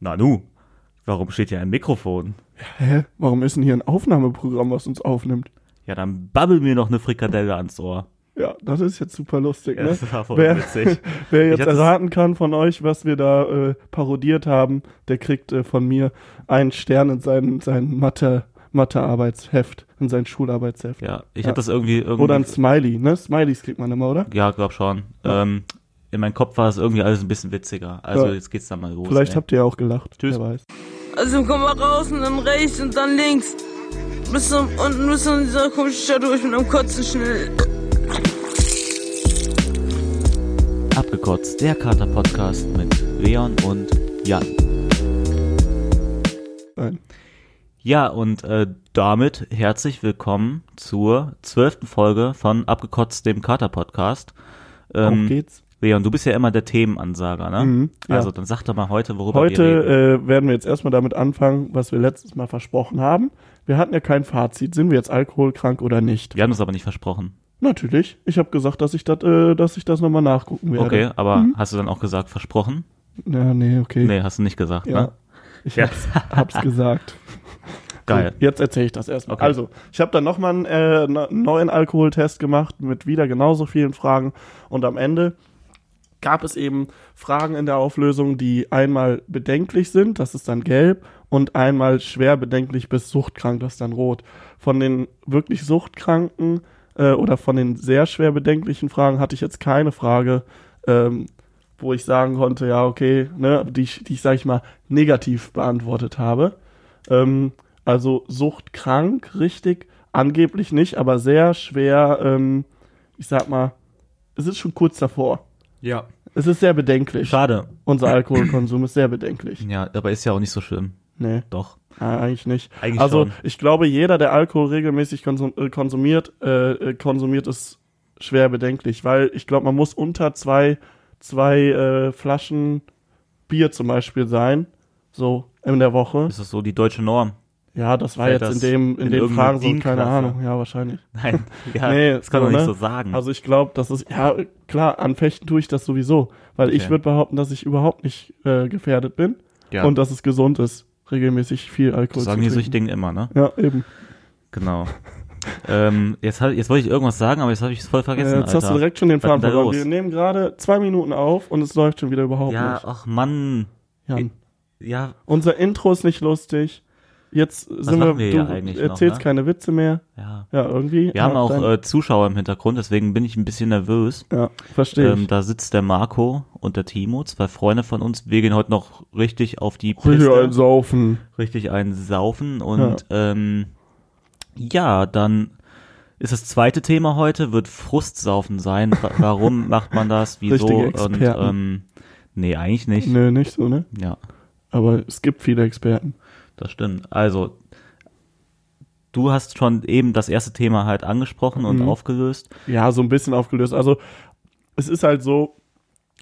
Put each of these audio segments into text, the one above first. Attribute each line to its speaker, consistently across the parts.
Speaker 1: Nanu, warum steht hier ein Mikrofon?
Speaker 2: Hä? Warum ist denn hier ein Aufnahmeprogramm, was uns aufnimmt?
Speaker 1: Ja, dann babbel mir noch eine Frikadelle ans Ohr.
Speaker 2: Ja, das ist jetzt super lustig,
Speaker 1: Ja,
Speaker 2: ne?
Speaker 1: das war voll
Speaker 2: Wer,
Speaker 1: witzig.
Speaker 2: wer
Speaker 1: Ich
Speaker 2: jetzt
Speaker 1: hatte-
Speaker 2: erraten kann von euch, was wir da äh, parodiert haben, der kriegt äh, von mir einen Stern in sein, sein Mathe, Mathearbeitsheft, in sein Schularbeitsheft.
Speaker 1: Ja, ich
Speaker 2: Ja.
Speaker 1: hab das irgendwie irgendwie.
Speaker 2: Oder ein Smiley, ne? Smileys kriegt man immer, oder?
Speaker 1: ja, glaub schon.
Speaker 2: Ja.
Speaker 1: Ähm, in meinem Kopf war es irgendwie alles ein bisschen witziger. Also
Speaker 2: Ja.
Speaker 1: jetzt geht's dann mal los.
Speaker 2: Vielleicht
Speaker 1: ey.
Speaker 2: habt ihr ja auch gelacht.
Speaker 1: Tschüss.
Speaker 2: Wer weiß.
Speaker 3: Also komm mal raus und dann rechts und dann links. Bis zum, unten bis zu dieser komischen Stadt durch mit einem Kotzen schnell.
Speaker 1: Abgekotzt, der Kater-Podcast mit Leon und Jan.
Speaker 2: Nein.
Speaker 1: Ja, und äh, damit herzlich willkommen zur zwölften Folge von Abgekotzt, dem Kater-Podcast.
Speaker 2: Auf
Speaker 1: Ähm,
Speaker 2: geht's.
Speaker 1: Leon, du bist ja immer der Themenansager, ne?
Speaker 2: Mhm, ja.
Speaker 1: Also dann sag doch mal heute, worüber wir reden.
Speaker 2: Heute äh, werden wir jetzt erstmal damit anfangen, was wir letztes Mal versprochen haben. Wir hatten ja kein Fazit. Sind wir jetzt alkoholkrank oder nicht?
Speaker 1: Wir haben es aber nicht versprochen.
Speaker 2: Natürlich. Ich habe gesagt, dass ich, dat, äh, dass ich das nochmal nachgucken werde.
Speaker 1: Okay, aber hast du dann auch gesagt, versprochen?
Speaker 2: Ja, nee, okay.
Speaker 1: Nee, hast du nicht gesagt,
Speaker 2: Ja.
Speaker 1: ne?
Speaker 2: Ich
Speaker 1: Ja.
Speaker 2: hab's, hab's gesagt.
Speaker 1: Geil.
Speaker 2: So, Jetzt erzähle ich das erstmal.
Speaker 1: Okay.
Speaker 2: Also, ich habe dann nochmal einen äh, ne- neuen Alkoholtest gemacht mit wieder genauso vielen Fragen. Und am Ende gab es eben Fragen in der Auflösung, die einmal bedenklich sind, das ist dann gelb, und einmal schwer bedenklich bis suchtkrank, das ist dann rot. Von den wirklich suchtkranken äh, oder von den sehr schwer bedenklichen Fragen hatte ich jetzt keine Frage, ähm, wo ich sagen konnte, ja, okay, ne, die, ich- die ich, sag ich mal, negativ beantwortet habe. Ähm, also suchtkrank, richtig, angeblich nicht, aber sehr schwer, ähm, ich sag mal, es ist schon kurz davor.
Speaker 1: Ja.
Speaker 2: Es ist sehr bedenklich.
Speaker 1: Schade.
Speaker 2: Unser Alkoholkonsum ist sehr bedenklich.
Speaker 1: Ja, aber ist ja auch nicht so schlimm.
Speaker 2: Nee,
Speaker 1: Doch.
Speaker 2: äh, eigentlich nicht.
Speaker 1: Eigentlich
Speaker 2: also
Speaker 1: schon.
Speaker 2: ich glaube, jeder, der Alkohol regelmäßig konsum äh, konsumiert, äh, äh, konsumiert ist schwer bedenklich, weil ich glaube, man muss unter zwei, zwei äh, Flaschen Bier zum Beispiel sein, so in der Woche.
Speaker 1: Ist das so die deutsche Norm?
Speaker 2: Ja, das war
Speaker 1: Fällt
Speaker 2: jetzt
Speaker 1: das
Speaker 2: in dem, in,
Speaker 1: in
Speaker 2: dem
Speaker 1: irgendeine
Speaker 2: Fragen so, keine
Speaker 1: DIN-Klasse?
Speaker 2: Ahnung, ja, wahrscheinlich.
Speaker 1: Nein. Ja,
Speaker 2: Nee,
Speaker 1: das kann
Speaker 2: so,
Speaker 1: man nicht
Speaker 2: ne?
Speaker 1: so sagen.
Speaker 2: Also ich glaube, das ist, ja klar, anfechten tue ich das sowieso, weil ich
Speaker 1: Okay.
Speaker 2: würde behaupten, dass ich überhaupt nicht äh, gefährdet bin
Speaker 1: ja.
Speaker 2: und dass es gesund ist, regelmäßig viel Alkohol
Speaker 1: das sagen die
Speaker 2: zu trinken.
Speaker 1: Süchtigen immer, ne?
Speaker 2: Ja, eben.
Speaker 1: Genau. ähm, jetzt, hab, jetzt wollte ich irgendwas sagen, aber jetzt habe ich es voll vergessen,
Speaker 2: Äh, jetzt
Speaker 1: Alter.
Speaker 2: hast du direkt schon den
Speaker 1: Was
Speaker 2: Faden
Speaker 1: denn da
Speaker 2: verloren.
Speaker 1: los?
Speaker 2: Wir nehmen gerade zwei Minuten auf und es läuft schon wieder überhaupt
Speaker 1: ja,
Speaker 2: nicht.
Speaker 1: ach Mann.
Speaker 2: Jan,
Speaker 1: Ja,
Speaker 2: unser Intro ist nicht lustig. Jetzt sind wir,
Speaker 1: machen wir hier
Speaker 2: du
Speaker 1: eigentlich noch,
Speaker 2: erzählst
Speaker 1: ne?
Speaker 2: keine Witze mehr.
Speaker 1: ja.
Speaker 2: Ja, irgendwie.
Speaker 1: Wir haben auch
Speaker 2: dein-
Speaker 1: äh, Zuschauer im Hintergrund, deswegen bin ich ein bisschen nervös.
Speaker 2: ja, verstehe ich.
Speaker 1: Ähm, da sitzt der Marco und der Timo, zwei Freunde von uns. Wir gehen heute noch richtig auf die
Speaker 2: Richtig
Speaker 1: Piste.
Speaker 2: einsaufen.
Speaker 1: richtig einen saufen und ja. ähm, ja, dann ist das zweite Thema heute, wird Frustsaufen sein. Wa- Warum macht man das? Wieso?
Speaker 2: Richtige
Speaker 1: Und
Speaker 2: Experten.
Speaker 1: ähm, nee, eigentlich nicht.
Speaker 2: Nö, nicht so, ne?
Speaker 1: Ja,
Speaker 2: Aber es gibt viele Experten.
Speaker 1: das stimmt. Also, du hast schon eben das erste Thema halt angesprochen und
Speaker 2: Mhm.
Speaker 1: aufgelöst.
Speaker 2: Ja, so ein bisschen aufgelöst. Also es ist halt so,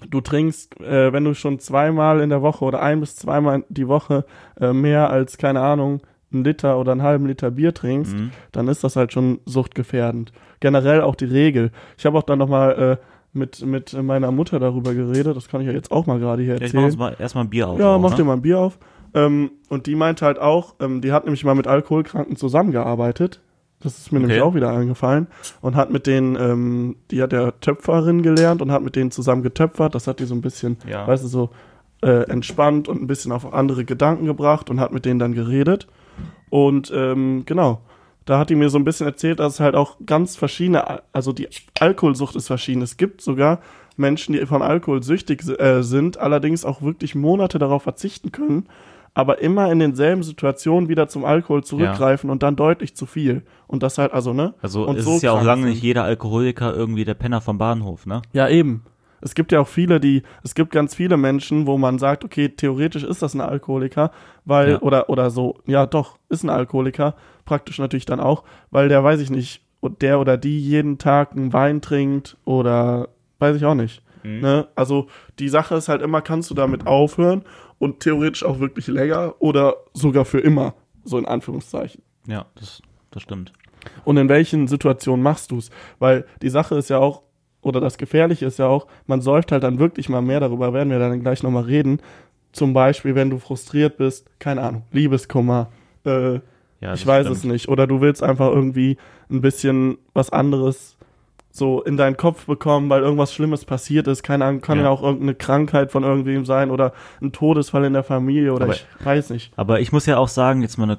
Speaker 2: du trinkst, äh, wenn du schon zweimal in der Woche oder ein bis zweimal die Woche äh, mehr als, keine Ahnung, einen Liter oder einen halben Liter Bier trinkst,
Speaker 1: Mhm.
Speaker 2: dann ist das halt schon suchtgefährdend. Generell auch die Regel. Ich habe auch dann nochmal äh, mit, mit meiner Mutter darüber geredet, das kann ich ja jetzt auch mal gerade hier
Speaker 1: Ja, ich
Speaker 2: erzählen.
Speaker 1: mach uns mal erstmal ein Bier auf.
Speaker 2: Ja,
Speaker 1: auch,
Speaker 2: mach dir
Speaker 1: ne?
Speaker 2: mal ein Bier auf. Ähm, und die meinte halt auch, ähm, die hat nämlich mal mit Alkoholkranken zusammengearbeitet. Das ist mir nämlich
Speaker 1: Okay.
Speaker 2: auch wieder eingefallen. Und hat mit denen, ähm, die hat ja Töpferin gelernt und hat mit denen zusammen getöpfert. Das hat die so ein bisschen,
Speaker 1: Ja.
Speaker 2: weißt du, so äh, entspannt und ein bisschen auf andere Gedanken gebracht und hat mit denen dann geredet. Und ähm, genau, da hat die mir so ein bisschen erzählt, dass es halt auch ganz verschiedene, Al- also die Alkoholsucht ist verschieden. Es gibt sogar Menschen, die von Alkohol süchtig si- äh, sind, allerdings auch wirklich Monate darauf verzichten können, aber immer in denselben Situationen wieder zum Alkohol zurückgreifen und dann deutlich zu viel. Und das halt, also, ne?
Speaker 1: Also
Speaker 2: und
Speaker 1: es ist ja auch
Speaker 2: krank
Speaker 1: lange
Speaker 2: sind.
Speaker 1: nicht jeder Alkoholiker irgendwie der Penner vom Bahnhof, ne?
Speaker 2: Ja, eben. Es gibt ja auch viele, die, es gibt ganz viele Menschen, wo man sagt, okay, theoretisch ist das ein Alkoholiker, weil,
Speaker 1: Ja.
Speaker 2: oder, oder so, ja doch, ist ein Alkoholiker, praktisch natürlich dann auch, weil der, weiß ich nicht, und der oder die jeden Tag einen Wein trinkt oder, weiß ich auch nicht. Ne? Also die Sache ist halt immer, kannst du damit aufhören und theoretisch auch wirklich länger oder sogar für immer, so in Anführungszeichen.
Speaker 1: Ja, das, das stimmt.
Speaker 2: Und in welchen Situationen machst du es? Weil die Sache ist ja auch, oder das Gefährliche ist ja auch, man säuft halt dann wirklich mal mehr, darüber werden wir dann gleich nochmal reden, Zum Beispiel, wenn du frustriert bist, keine Ahnung, Liebeskummer, äh,
Speaker 1: Ja,
Speaker 2: ich
Speaker 1: das
Speaker 2: weiß
Speaker 1: stimmt.
Speaker 2: es nicht. Oder du willst einfach irgendwie ein bisschen was anderes so in deinen Kopf bekommen, weil irgendwas Schlimmes passiert ist. Keine Ahnung, kann ja,
Speaker 1: Ja.
Speaker 2: auch irgendeine Krankheit von irgendwem sein oder ein Todesfall in der Familie oder
Speaker 1: Aber-
Speaker 2: ich weiß nicht.
Speaker 1: Aber ich muss ja auch sagen, jetzt mal eine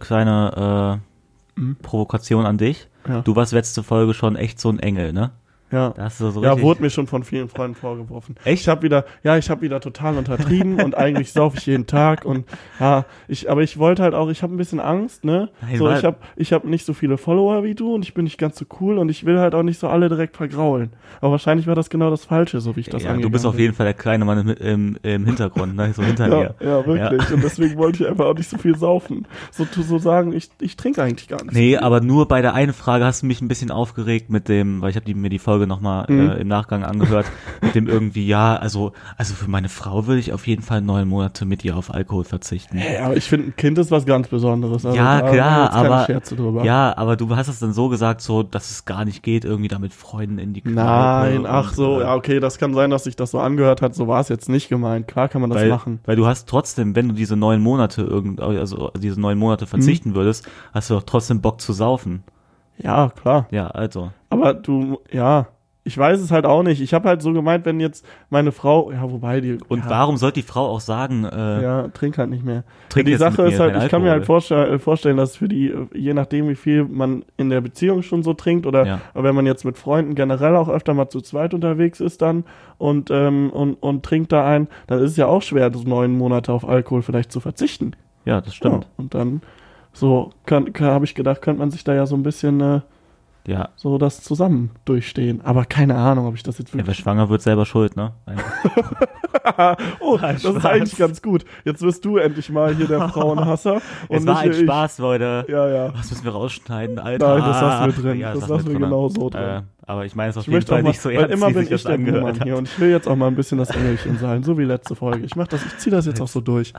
Speaker 1: kleine äh, Provokation an dich.
Speaker 2: Mhm. Ja.
Speaker 1: Du warst letzte Folge schon echt so ein Engel, ne?
Speaker 2: Ja.
Speaker 1: Das ist so
Speaker 2: ja,
Speaker 1: richtig.
Speaker 2: wurde mir schon von vielen Freunden vorgeworfen.
Speaker 1: Echt?
Speaker 2: Ich habe wieder, ja, ich habe wieder total untertrieben und eigentlich sauf ich jeden Tag und ja, ich, aber ich wollte halt auch, ich habe ein bisschen Angst, ne?
Speaker 1: Nein,
Speaker 2: so,
Speaker 1: Mann.
Speaker 2: ich habe, ich habe nicht so viele Follower wie du und ich bin nicht ganz so cool und ich will halt auch nicht so alle direkt vergraulen. Aber wahrscheinlich war das genau das Falsche, so wie ich das
Speaker 1: ja, du bist auf jeden Fall der kleine Mann im, im, im Hintergrund, ne? So hinter
Speaker 2: ja,
Speaker 1: dir.
Speaker 2: ja, wirklich. Und deswegen wollte ich einfach auch nicht so viel saufen. So, zu- so sagen, ich, ich trinke eigentlich gar nichts.
Speaker 1: Nee, aber nur bei der einen Frage hast du mich ein bisschen aufgeregt mit dem, weil ich habe die, mir die Folge nochmal
Speaker 2: Mhm.
Speaker 1: äh, im Nachgang angehört, mit dem irgendwie, ja, also, also für meine Frau würde ich auf jeden Fall neun Monate mit ihr auf Alkohol verzichten.
Speaker 2: Hey, aber ich finde, ein Kind ist was ganz Besonderes. Also
Speaker 1: ja,
Speaker 2: da machen wir
Speaker 1: klar,
Speaker 2: jetzt keine
Speaker 1: aber,
Speaker 2: Scherze drüber.
Speaker 1: ja, aber du hast es dann so gesagt, so, dass es gar nicht geht, irgendwie da mit Freunden in die Kneipe
Speaker 2: Nein, ach
Speaker 1: und,
Speaker 2: so,
Speaker 1: äh,
Speaker 2: ja, okay, das kann sein, dass sich das so angehört hat. So war es jetzt nicht gemeint. Klar kann man das
Speaker 1: weil,
Speaker 2: machen.
Speaker 1: Weil du hast trotzdem, wenn du diese neun Monate irgend, also diese neun
Speaker 2: Mhm.
Speaker 1: Monate verzichten würdest, hast du doch trotzdem Bock zu saufen.
Speaker 2: Ja, klar.
Speaker 1: Ja, also.
Speaker 2: Aber du, ja, ich weiß es halt auch nicht. Ich habe halt so gemeint, wenn jetzt meine Frau, ja, wobei die.
Speaker 1: Und
Speaker 2: ja,
Speaker 1: warum sollte die Frau auch sagen, äh,
Speaker 2: Ja, trink halt nicht mehr.
Speaker 1: Trink
Speaker 2: die
Speaker 1: jetzt
Speaker 2: Sache
Speaker 1: mit mir
Speaker 2: ist halt,
Speaker 1: keinen
Speaker 2: ich kann mir halt
Speaker 1: Alkohol.
Speaker 2: vorstell- äh, vorstellen, dass für die, äh, je nachdem, wie viel man in der Beziehung schon so trinkt oder
Speaker 1: Ja.
Speaker 2: wenn man jetzt mit Freunden generell auch öfter mal zu zweit unterwegs ist dann und, ähm, und, und trinkt da ein, dann ist es ja auch schwer, so neun Monate auf Alkohol vielleicht zu verzichten.
Speaker 1: ja, das stimmt.
Speaker 2: Ja, und dann so kann, kann, habe ich gedacht, könnte man sich da ja so ein bisschen äh,
Speaker 1: Ja.
Speaker 2: so das zusammen durchstehen. Aber keine Ahnung, ob ich das jetzt
Speaker 1: ja. Wer
Speaker 2: wirklich.
Speaker 1: schwanger wird, selber schuld, ne? Einfach.
Speaker 2: oh, das ist
Speaker 1: Spaß.
Speaker 2: eigentlich ganz gut. Jetzt wirst du endlich mal hier der Frauenhasser. und
Speaker 1: Es war
Speaker 2: nicht
Speaker 1: ein
Speaker 2: ich.
Speaker 1: Spaß, Leute.
Speaker 2: Ja, ja.
Speaker 1: Was müssen wir rausschneiden, Alter?
Speaker 2: Nein, das lassen wir drin. Das lassen wir
Speaker 1: drin.
Speaker 2: genau so drin.
Speaker 1: Äh, aber ich meine es auf
Speaker 2: Ich
Speaker 1: jeden
Speaker 2: möchte auch
Speaker 1: Fall
Speaker 2: mal,
Speaker 1: nicht so
Speaker 2: weil
Speaker 1: ernst,
Speaker 2: immer
Speaker 1: wie
Speaker 2: bin
Speaker 1: sich das
Speaker 2: ich der Buhmann
Speaker 1: angehört hat.
Speaker 2: hier und ich will jetzt auch mal ein bisschen das Engelchen sein, so wie letzte Folge. Ich mach das, ich ziehe das jetzt auch so durch,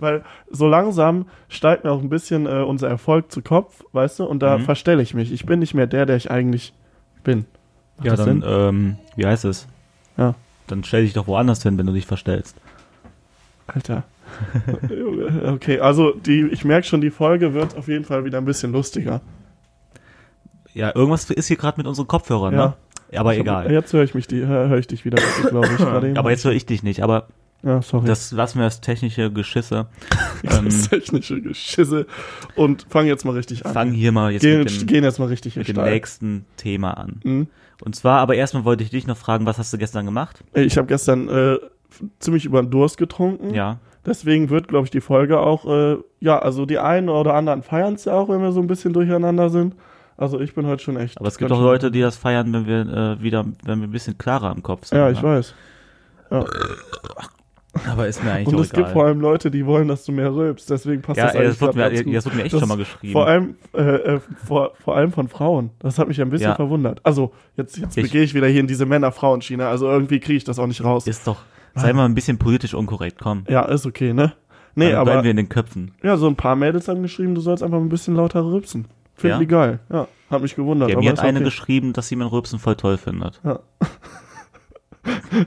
Speaker 2: weil so langsam steigt mir auch ein bisschen äh, unser Erfolg zu Kopf, weißt du, und
Speaker 1: Mhm.
Speaker 2: da verstelle ich mich. Ich bin nicht mehr der, der ich eigentlich bin. Macht
Speaker 1: Ja,
Speaker 2: das
Speaker 1: dann, äh,
Speaker 2: Sinn?
Speaker 1: ähm, wie heißt es?
Speaker 2: ja.
Speaker 1: Dann stell dich doch woanders hin, wenn du dich verstellst.
Speaker 2: Alter. okay, also die, ich merke schon, die Folge wird auf jeden Fall wieder ein bisschen lustiger.
Speaker 1: Ja, irgendwas ist hier gerade mit unseren Kopfhörern,
Speaker 2: Ja.
Speaker 1: ne? Aber
Speaker 2: Ich hab-
Speaker 1: egal.
Speaker 2: Jetzt höre ich mich, die, hör, hör ich dich wieder, glaube ich. gerade eben.
Speaker 1: Aber jetzt höre ich dich nicht, aber
Speaker 2: ja, sorry.
Speaker 1: das lassen wir das technische Geschisse. Ähm,
Speaker 2: das technische Geschisse. Und fang jetzt mal richtig an.
Speaker 1: Fangen hier mal jetzt
Speaker 2: gehen,
Speaker 1: mit dem,
Speaker 2: gehen jetzt mal richtig in
Speaker 1: mit dem
Speaker 2: Steil.
Speaker 1: nächsten Thema an.
Speaker 2: Mhm.
Speaker 1: Und zwar, aber erstmal wollte ich dich noch fragen, was hast du gestern gemacht?
Speaker 2: Ey, Ich habe gestern äh, f- ziemlich über den Durst getrunken.
Speaker 1: Ja.
Speaker 2: Deswegen wird, glaube ich, die Folge auch, äh, ja, also die einen oder anderen feiern es ja auch, wenn wir so ein bisschen durcheinander sind. Also ich bin heute schon echt.
Speaker 1: Aber es
Speaker 2: ganz
Speaker 1: gibt auch
Speaker 2: schön-
Speaker 1: Leute, die das feiern, wenn wir äh, wieder, wenn wir ein bisschen klarer im Kopf sind.
Speaker 2: Ja, ich
Speaker 1: ne?
Speaker 2: weiß. Ja.
Speaker 1: Aber ist mir eigentlich
Speaker 2: Und
Speaker 1: auch
Speaker 2: es
Speaker 1: egal.
Speaker 2: gibt vor allem Leute, die wollen, dass du mehr rülpst. Deswegen passt
Speaker 1: ja,
Speaker 2: das
Speaker 1: ey,
Speaker 2: eigentlich
Speaker 1: das wurde,
Speaker 2: grad
Speaker 1: mir,
Speaker 2: ganz
Speaker 1: das wurde mir echt
Speaker 2: Das-
Speaker 1: schon mal geschrieben.
Speaker 2: Vor allem, äh, äh, vor, vor allem von Frauen. Das hat mich ein bisschen
Speaker 1: Ja.
Speaker 2: verwundert. Also, jetzt, jetzt
Speaker 1: Ich-
Speaker 2: begehe ich wieder hier in diese Männer-Frauen-Schiene. Also irgendwie kriege ich das auch nicht raus.
Speaker 1: ist doch, sei mal ein bisschen politisch unkorrekt, komm.
Speaker 2: ja, ist okay, ne? Nee,
Speaker 1: Dann
Speaker 2: aber
Speaker 1: bleiben wir in den Köpfen.
Speaker 2: ja, so ein paar Mädels haben geschrieben, du sollst einfach ein bisschen lauter rülpsen. Finden
Speaker 1: Ja?
Speaker 2: die geil. Ja, hat mich gewundert.
Speaker 1: Ja,
Speaker 2: aber
Speaker 1: mir hat
Speaker 2: ist okay.
Speaker 1: eine geschrieben, dass sie mein Rülpsen voll toll findet.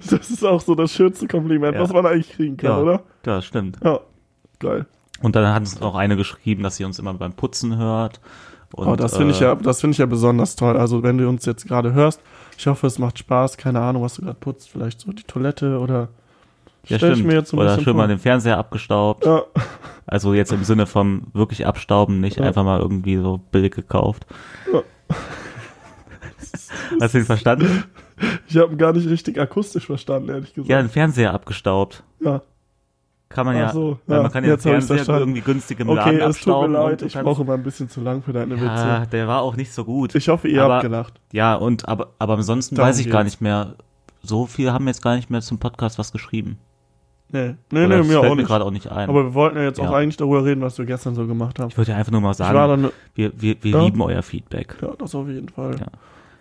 Speaker 2: Das ist auch so das schönste Kompliment,
Speaker 1: Ja.
Speaker 2: was man eigentlich kriegen kann, oder?
Speaker 1: ja, stimmt.
Speaker 2: Ja, geil.
Speaker 1: Und dann hat uns noch eine geschrieben, dass sie uns immer beim Putzen hört. Und,
Speaker 2: oh, das finde ich
Speaker 1: äh,
Speaker 2: ja, das finde ich ja besonders toll. Also wenn du uns jetzt gerade hörst, ich hoffe, es macht Spaß. Keine Ahnung, was du gerade putzt. Vielleicht so die Toilette oder.
Speaker 1: Ja,
Speaker 2: Stell ich
Speaker 1: stimmt.
Speaker 2: mir jetzt so ein
Speaker 1: Oder
Speaker 2: bisschen
Speaker 1: schön mal
Speaker 2: vor.
Speaker 1: den Fernseher abgestaubt.
Speaker 2: Ja,
Speaker 1: Also jetzt im Sinne vom wirklich abstauben, nicht
Speaker 2: Ja.
Speaker 1: einfach mal irgendwie so billig gekauft.
Speaker 2: Ja.
Speaker 1: Hast du ihn verstanden?
Speaker 2: ich habe ihn gar nicht richtig akustisch verstanden, ehrlich gesagt.
Speaker 1: Ja, den Fernseher abgestaubt.
Speaker 2: ja.
Speaker 1: Kann man
Speaker 2: Ach
Speaker 1: ja,
Speaker 2: so,
Speaker 1: weil
Speaker 2: ja,
Speaker 1: man kann ja den
Speaker 2: jetzt hab ich's
Speaker 1: Fernseher
Speaker 2: verstanden.
Speaker 1: irgendwie günstig im
Speaker 2: Okay,
Speaker 1: Laden
Speaker 2: es tut mir
Speaker 1: abstauben.
Speaker 2: leid,
Speaker 1: und
Speaker 2: ich
Speaker 1: du
Speaker 2: brauche immer ein bisschen zu lang für deine
Speaker 1: ja,
Speaker 2: Witze.
Speaker 1: der war auch nicht so gut.
Speaker 2: Ich hoffe, ihr
Speaker 1: aber-
Speaker 2: habt gelacht.
Speaker 1: ja, und aber, aber ansonsten
Speaker 2: Darum
Speaker 1: weiß ich gar
Speaker 2: geht's.
Speaker 1: nicht mehr. So viele haben jetzt gar nicht mehr zum Podcast was geschrieben.
Speaker 2: Nee, nee,
Speaker 1: Oder
Speaker 2: nee
Speaker 1: das
Speaker 2: mir
Speaker 1: fällt
Speaker 2: auch
Speaker 1: mir
Speaker 2: nicht.
Speaker 1: gerade auch nicht ein.
Speaker 2: Aber wir wollten ja jetzt auch
Speaker 1: Ja.
Speaker 2: eigentlich darüber reden, was wir gestern so gemacht haben.
Speaker 1: ich wollte einfach nur mal
Speaker 2: Ich war
Speaker 1: sagen,
Speaker 2: dann,
Speaker 1: wir, wir, wir
Speaker 2: Ja.
Speaker 1: lieben euer Feedback.
Speaker 2: ja, das auf jeden Fall.
Speaker 1: Ja.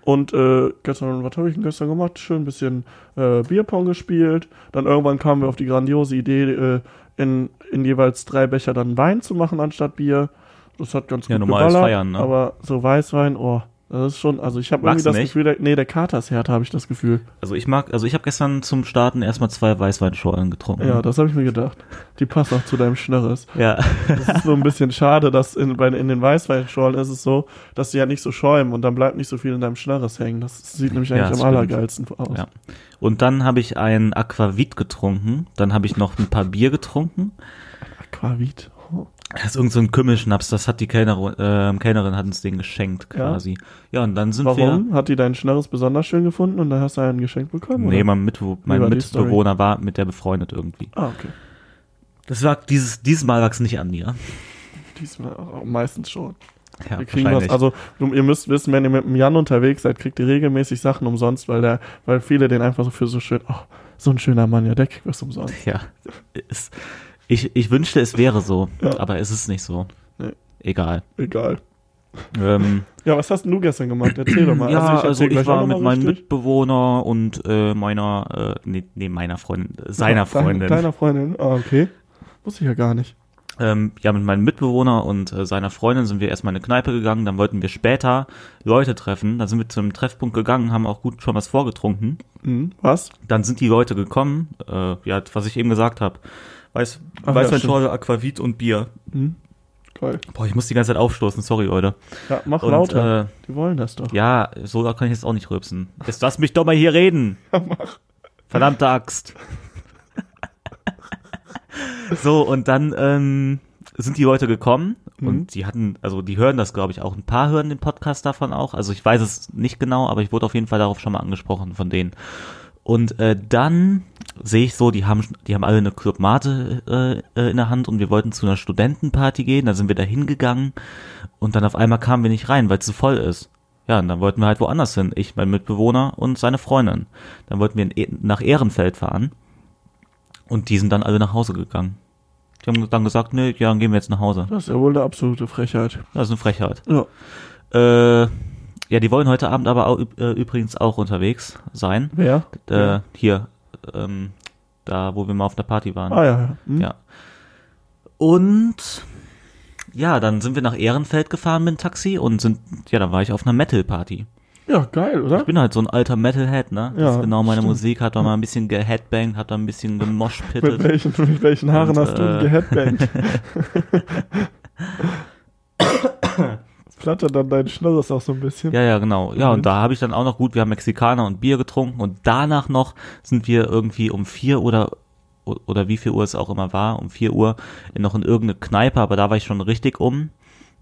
Speaker 2: Und äh, gestern, was habe ich denn gestern gemacht? Schön ein bisschen äh, Bierpong gespielt. Dann irgendwann kamen wir auf die grandiose Idee, äh, in, in jeweils drei Becher dann Wein zu machen anstatt Bier. Das hat ganz
Speaker 1: Ja,
Speaker 2: gut
Speaker 1: normales
Speaker 2: geballert.
Speaker 1: Feiern, ne?
Speaker 2: Aber so Weißwein, oh, Das ist schon, also ich habe irgendwie
Speaker 1: Magst
Speaker 2: das
Speaker 1: du nicht?
Speaker 2: Gefühl, der, nee, der Kater ist härter, habe ich das Gefühl.
Speaker 1: Also ich mag, also ich habe gestern zum Starten erstmal zwei Weißweinschorlen getrunken.
Speaker 2: Ja, das habe ich mir gedacht. Die passt auch zu deinem Schnörres.
Speaker 1: ja.
Speaker 2: Das ist nur ein bisschen schade, dass in, bei, in den Weißweinschorlen ist es so, dass die ja nicht so schäumen und dann bleibt nicht so viel in deinem Schnörres hängen. Das sieht nämlich
Speaker 1: Ja,
Speaker 2: eigentlich am
Speaker 1: das stimmt.
Speaker 2: allergeilsten aus.
Speaker 1: Ja. Und dann habe ich ein Aquavit getrunken, dann habe ich noch ein paar Bier getrunken.
Speaker 2: Aquavit. Oh.
Speaker 1: Das ist irgend so ein Kümmelschnaps, das hat die Kellnerin, äh, Kellnerin hat uns den geschenkt quasi. Ja, und dann sind wir.
Speaker 2: Warum? Hat die dein Schnörres besonders schön gefunden und dann hast du einen geschenkt bekommen?
Speaker 1: Nee,
Speaker 2: oder?
Speaker 1: mein, Mitbe mein
Speaker 2: war die
Speaker 1: Mitbewohner war mit der befreundet irgendwie.
Speaker 2: Ah, okay.
Speaker 1: Das lag dieses, dieses Mal lag es nicht an mir.
Speaker 2: Diesmal auch meistens schon.
Speaker 1: Ja,
Speaker 2: Wir kriegen was, also du, ihr müsst wissen, wenn ihr mit dem Jan unterwegs seid, kriegt ihr regelmäßig Sachen umsonst, weil der, weil viele den einfach so für so schön, oh, so ein schöner Mann, ja, der kriegt was umsonst.
Speaker 1: ja. Es, ich, ich wünschte, es wäre so,
Speaker 2: Ja.
Speaker 1: aber es ist nicht so.
Speaker 2: Nee.
Speaker 1: Egal.
Speaker 2: Egal.
Speaker 1: Ähm,
Speaker 2: Ja, was hast denn du gestern gemacht? Erzähl doch mal.
Speaker 1: ja, also ich,
Speaker 2: erzähl gleich auch
Speaker 1: war
Speaker 2: noch
Speaker 1: mit
Speaker 2: mal
Speaker 1: meinem
Speaker 2: richtig.
Speaker 1: Mitbewohner und äh, meiner, äh, nee, nee, meiner Freundin, äh, seiner
Speaker 2: Dein-
Speaker 1: Freundin.
Speaker 2: Deiner Freundin, ah, okay. Wusste ich ja gar nicht.
Speaker 1: Ähm, ja, mit meinem Mitbewohner und äh, seiner Freundin sind wir erstmal in eine Kneipe gegangen, dann wollten wir später Leute treffen, dann sind wir zu einem Treffpunkt gegangen, haben auch gut schon was vorgetrunken.
Speaker 2: Hm, was?
Speaker 1: Dann sind die Leute gekommen, äh, ja, was ich eben gesagt habe. Weiß,
Speaker 2: Ach, ja, stimmt.
Speaker 1: Weißweinschorle, Aquavit und Bier.
Speaker 2: Hm, Geil.
Speaker 1: Boah, ich muss die ganze Zeit aufstoßen, sorry, Leute.
Speaker 2: Ja, mach
Speaker 1: Und,
Speaker 2: lauter.
Speaker 1: äh,
Speaker 2: Die wollen das doch.
Speaker 1: Ja, so laut kann ich jetzt auch nicht rülpsen. Jetzt lass mich doch mal hier reden. Verdammte Axt. so, und dann ähm, sind die Leute gekommen
Speaker 2: Mhm.
Speaker 1: und die hatten, also die hören das, glaube ich, auch. Ein paar hören den Podcast davon auch. Also ich weiß es nicht genau, aber ich wurde auf jeden Fall darauf schon mal angesprochen von denen. Und äh, dann sehe ich so, die haben, die haben alle eine Clubmate äh, äh, in der Hand und wir wollten zu einer Studentenparty gehen. Dann sind wir da hingegangen und dann auf einmal kamen wir nicht rein, weil es zu voll ist. Ja, und dann wollten wir halt woanders hin. Ich, mein Mitbewohner und seine Freundin. Dann wollten wir in E- nach Ehrenfeld fahren. Und die sind dann alle nach Hause gegangen. Die haben dann gesagt, nee, ja, dann gehen wir jetzt nach Hause.
Speaker 2: Das ist ja wohl eine absolute Frechheit.
Speaker 1: Das ist eine Frechheit.
Speaker 2: Ja.
Speaker 1: Äh, ja, die wollen heute Abend aber auch, üb- äh, übrigens auch unterwegs sein.
Speaker 2: Wer?
Speaker 1: Äh, hier, ähm, da, wo wir mal auf einer Party waren.
Speaker 2: Ah ja, ja. Hm?
Speaker 1: Ja. Und ja, dann sind wir nach Ehrenfeld gefahren mit dem Taxi und sind, ja, da war ich auf einer Metal-Party.
Speaker 2: ja, geil, oder?
Speaker 1: Ich bin halt so ein alter Metalhead, ne? Das
Speaker 2: Ja,
Speaker 1: ist genau meine
Speaker 2: stimmt.
Speaker 1: Musik, hat da mal ein bisschen geheadbanged, hat da ein bisschen
Speaker 2: Mit
Speaker 1: gemoshpittet.
Speaker 2: welchen, mit welchen Haaren
Speaker 1: Und,
Speaker 2: hast du
Speaker 1: äh,
Speaker 2: denn geheadbangt? Das Flattert dann dein Schnurres auch so ein bisschen.
Speaker 1: Ja, ja, genau. Ja,
Speaker 2: Mhm.
Speaker 1: und da habe ich dann auch noch gut, wir haben Mexikaner und Bier getrunken und danach noch sind wir irgendwie um vier oder oder wie viel Uhr es auch immer war, um vier Uhr in- noch in irgendeine Kneipe, aber da war ich schon richtig um.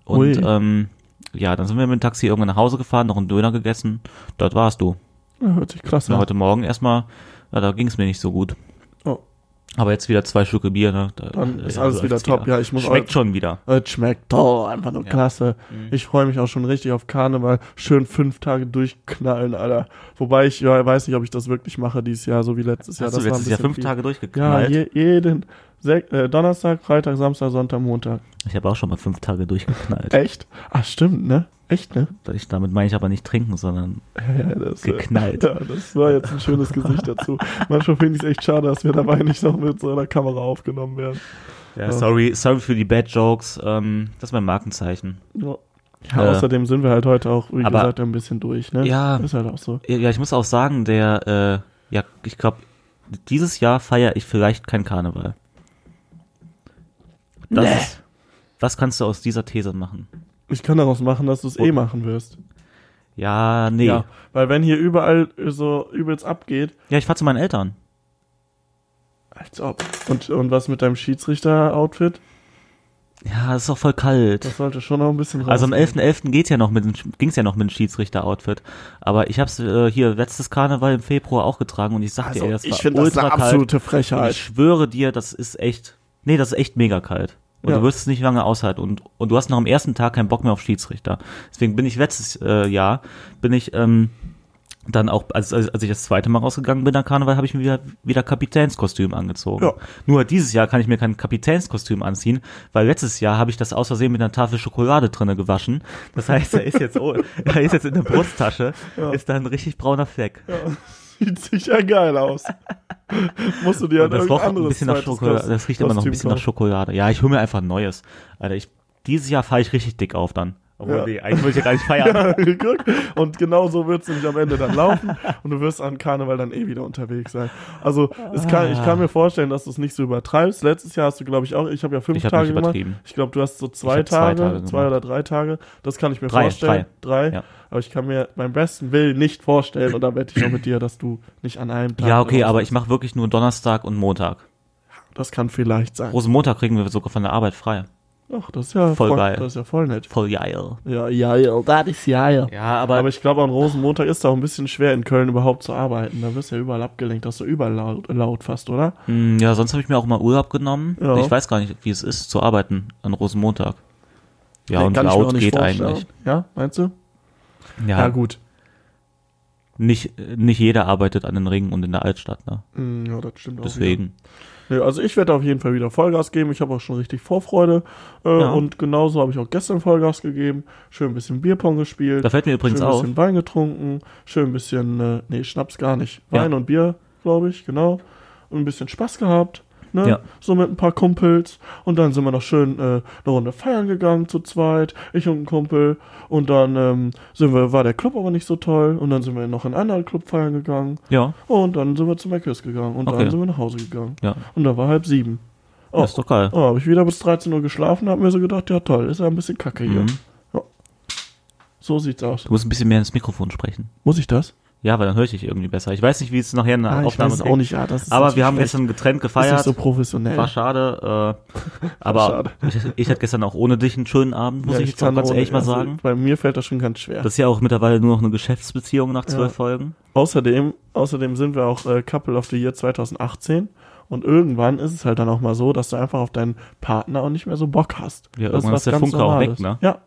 Speaker 2: Ui.
Speaker 1: Und ähm, ja, dann sind wir mit dem Taxi irgendwann nach Hause gefahren, noch einen Döner gegessen. Dort warst du.
Speaker 2: Ja, hört sich krass
Speaker 1: Na,
Speaker 2: an.
Speaker 1: heute Morgen erstmal, ja, da ging es mir nicht so gut.
Speaker 2: Oh.
Speaker 1: Aber jetzt wieder zwei Stücke Bier, ne? Da,
Speaker 2: Dann
Speaker 1: äh,
Speaker 2: ist
Speaker 1: ja, läuft's
Speaker 2: alles wieder top. Ja, ich muss
Speaker 1: Schmeckt schon wieder.
Speaker 2: Es schmeckt toll, einfach nur
Speaker 1: Ja. Mhm.
Speaker 2: klasse. Ich freue mich auch schon richtig auf Karneval. Schön fünf Tage durchknallen, Alter. Wobei ich ja, weiß nicht, ob ich das wirklich mache dieses Jahr, so wie letztes Jahr.
Speaker 1: Hast du
Speaker 2: das war ein
Speaker 1: letztes Jahr
Speaker 2: bisschen
Speaker 1: fünf Tage
Speaker 2: viel. Ja,
Speaker 1: durchgeknallt?
Speaker 2: je, jeden Sek äh, Donnerstag, Freitag, Samstag, Sonntag, Montag.
Speaker 1: ich habe auch schon mal fünf Tage durchgeknallt.
Speaker 2: Echt? Ah, stimmt, ne? Echt, ne?
Speaker 1: Ich, damit meine ich aber nicht trinken, sondern
Speaker 2: Ja, ja, das, äh,
Speaker 1: geknallt.
Speaker 2: Ja, das war jetzt ein schönes Gesicht dazu. Manchmal finde ich es echt schade, dass wir dabei nicht noch mit so einer Kamera aufgenommen werden.
Speaker 1: Ja, sorry, sorry für die Bad Jokes. Ähm, das ist mein Markenzeichen.
Speaker 2: Ja.
Speaker 1: Äh.
Speaker 2: Ja, außerdem sind wir halt heute auch, wie
Speaker 1: Aber-
Speaker 2: gesagt, ein bisschen durch, ne?
Speaker 1: Ja.
Speaker 2: Ist halt auch so.
Speaker 1: Ja, ich muss auch sagen, der, äh, ja, ich glaube, dieses Jahr feiere ich vielleicht kein Karneval. Das
Speaker 2: Nee.
Speaker 1: ist, was kannst du aus dieser These machen?
Speaker 2: Ich kann daraus machen, dass du es eh machen wirst.
Speaker 1: Ja, nee.
Speaker 2: Ja,
Speaker 1: Ja,
Speaker 2: weil wenn hier überall so übelst abgeht,
Speaker 1: ich fahr zu meinen Eltern.
Speaker 2: als ob. Und, und was mit deinem Schiedsrichter-Outfit?
Speaker 1: Ja, es ist auch voll kalt.
Speaker 2: Das sollte schon noch ein bisschen raus.
Speaker 1: Also am 11.11. geht's ja noch mit dem Sch- ging's ja noch mit dem Schiedsrichter-Outfit. Aber ich hab's äh, hier letztes Karneval im Februar auch getragen und ich sag dir,
Speaker 2: Also,
Speaker 1: ey, das
Speaker 2: ich
Speaker 1: war
Speaker 2: finde das
Speaker 1: ultra
Speaker 2: eine
Speaker 1: kalt.
Speaker 2: absolute
Speaker 1: Und
Speaker 2: Frechheit.
Speaker 1: ich schwöre dir, das ist echt. Nee, das ist echt mega kalt. Und
Speaker 2: Ja.
Speaker 1: du wirst es nicht lange aushalten. Und, und du hast noch am ersten Tag keinen Bock mehr auf Schiedsrichter. Deswegen bin ich letztes äh, Jahr, bin ich ähm, dann auch, als, als, als ich das zweite Mal rausgegangen bin, nach Karneval, habe ich mir wieder, wieder Kapitänskostüm angezogen.
Speaker 2: Ja.
Speaker 1: Nur dieses Jahr kann ich mir kein Kapitänskostüm anziehen, weil letztes Jahr habe ich das aus Versehen mit einer Tafel Schokolade drinne gewaschen. Das heißt, da ist jetzt, oh, da ist jetzt in der Brusttasche, ist da ein richtig brauner Fleck.
Speaker 2: Sieht sich ja geil aus. Musst du dir halt
Speaker 1: Und das roch
Speaker 2: irgendein
Speaker 1: ein
Speaker 2: anderes
Speaker 1: bisschen nach
Speaker 2: zweites
Speaker 1: Schokolade.
Speaker 2: Kos-
Speaker 1: Das riecht immer noch ein
Speaker 2: Kostüm
Speaker 1: bisschen nach
Speaker 2: kaufen.
Speaker 1: Schokolade. Ja, ich hole mir einfach ein neues. Alter, ich, dieses Jahr fahre ich richtig dick auf dann. Obwohl,
Speaker 2: Ja.
Speaker 1: nee, eigentlich würde ich ja gar nicht feiern.
Speaker 2: Guck, und genau so wird es nämlich am Ende dann laufen und du wirst an Karneval dann eh wieder unterwegs sein. Also es kann, ich kann mir vorstellen, dass du es nicht so übertreibst. Letztes Jahr hast du, glaube ich, auch, ich habe ja fünf
Speaker 1: Ich hab
Speaker 2: Tage
Speaker 1: nicht
Speaker 2: gemacht.
Speaker 1: übertrieben.
Speaker 2: Ich glaube, du hast so zwei
Speaker 1: hab zwei
Speaker 2: Tage, zwei,
Speaker 1: Tage gemacht.
Speaker 2: oder drei Tage. Das kann ich mir
Speaker 1: Drei,
Speaker 2: vorstellen. Drei.
Speaker 1: Ja.
Speaker 2: Aber ich kann mir beim besten Willen nicht vorstellen, und da wette ich auch mit dir, dass du nicht an einem Tag.
Speaker 1: Ja, okay,
Speaker 2: raus
Speaker 1: aber
Speaker 2: bist.
Speaker 1: ich mache wirklich nur Donnerstag und Montag.
Speaker 2: Das kann vielleicht sein.
Speaker 1: Großen Montag kriegen wir sogar von der Arbeit frei.
Speaker 2: Ach, das ist ja
Speaker 1: Voll geil.
Speaker 2: Das ist ja voll nett.
Speaker 1: Voll geil.
Speaker 2: Ja, ja, ja, das ist ja, ja.
Speaker 1: Ja, aber,
Speaker 2: Aber, ich glaube, an Rosenmontag ist da auch ein bisschen schwer, in Köln überhaupt zu arbeiten. Da wirst du ja überall abgelenkt, das ist ja überall laut, laut fast, oder?
Speaker 1: mh, hm, ja, sonst habe ich mir auch immer Urlaub genommen.
Speaker 2: Ja.
Speaker 1: Ich weiß gar nicht, wie es ist zu arbeiten an Rosenmontag. Ja,
Speaker 2: Nee,
Speaker 1: und
Speaker 2: kann ich mir auch
Speaker 1: laut
Speaker 2: nicht
Speaker 1: geht
Speaker 2: vorstellen.
Speaker 1: eigentlich.
Speaker 2: Ja, meinst du? Ja,
Speaker 1: Ja,
Speaker 2: gut.
Speaker 1: nicht nicht jeder arbeitet an den Ringen und in der Altstadt, ne?
Speaker 2: Hm, Ja, das stimmt auch.
Speaker 1: Deswegen.
Speaker 2: Wieder. Nee, also ich werde auf jeden Fall wieder Vollgas geben. Ich habe auch schon richtig Vorfreude. Äh,
Speaker 1: Ja.
Speaker 2: Und genauso habe ich auch gestern Vollgas gegeben. Schön ein bisschen Bierpong gespielt.
Speaker 1: Da fällt mir übrigens
Speaker 2: schön ein
Speaker 1: auf,
Speaker 2: bisschen Wein getrunken. Schön ein bisschen, äh, nee, Schnaps gar nicht.
Speaker 1: Ja.
Speaker 2: Wein und Bier, glaube ich, genau. Und ein bisschen Spaß gehabt. Ne?
Speaker 1: Ja.
Speaker 2: So mit ein paar Kumpels. Und dann sind wir noch schön äh, eine Runde feiern gegangen zu zweit. Ich und ein Kumpel. Und dann ähm, sind wir, war der Club aber nicht so toll. Und dann sind wir noch in einen anderen Club feiern gegangen.
Speaker 1: ja,
Speaker 2: Und dann sind wir zu Mc's gegangen. Und
Speaker 1: Okay.
Speaker 2: dann sind wir nach Hause gegangen.
Speaker 1: ja,
Speaker 2: Und da war halb sieben. Oh,
Speaker 1: ist doch geil.
Speaker 2: oh habe ich wieder bis 13 Uhr geschlafen, habe mir so gedacht, ja toll, ist ja ein bisschen kacke hier.
Speaker 1: Mhm.
Speaker 2: So sieht's aus.
Speaker 1: Du musst ein bisschen mehr ins Mikrofon sprechen.
Speaker 2: Muss ich das?
Speaker 1: Ja, weil dann höre ich dich irgendwie besser. Ich weiß nicht, wie es nachher in der
Speaker 2: Ah, ich
Speaker 1: Aufnahme
Speaker 2: weiß es auch nicht, ja, das ist
Speaker 1: Aber wir
Speaker 2: natürlich
Speaker 1: haben
Speaker 2: schlecht.
Speaker 1: gestern getrennt
Speaker 2: Ist
Speaker 1: gefeiert.
Speaker 2: nicht so professionell.
Speaker 1: War schade, äh, aber ich, ich hatte gestern auch ohne dich einen schönen Abend, muss
Speaker 2: Ja,
Speaker 1: ich jetzt auch
Speaker 2: kann
Speaker 1: ganz
Speaker 2: ohne-
Speaker 1: ehrlich mal
Speaker 2: also
Speaker 1: sagen.
Speaker 2: Bei mir fällt das schon ganz schwer.
Speaker 1: Das ist ja auch mittlerweile nur noch eine Geschäftsbeziehung nach zwölf
Speaker 2: Ja.
Speaker 1: Folgen.
Speaker 2: außerdem, außerdem sind wir auch äh, Couple of the Year 2018 und irgendwann ist es halt dann auch mal so, dass du einfach auf deinen Partner auch nicht mehr so Bock hast.
Speaker 1: Ja,
Speaker 2: Das
Speaker 1: irgendwann
Speaker 2: was
Speaker 1: ist der
Speaker 2: ganz
Speaker 1: Funke auch
Speaker 2: Normales.
Speaker 1: weg, ne?
Speaker 2: Ja,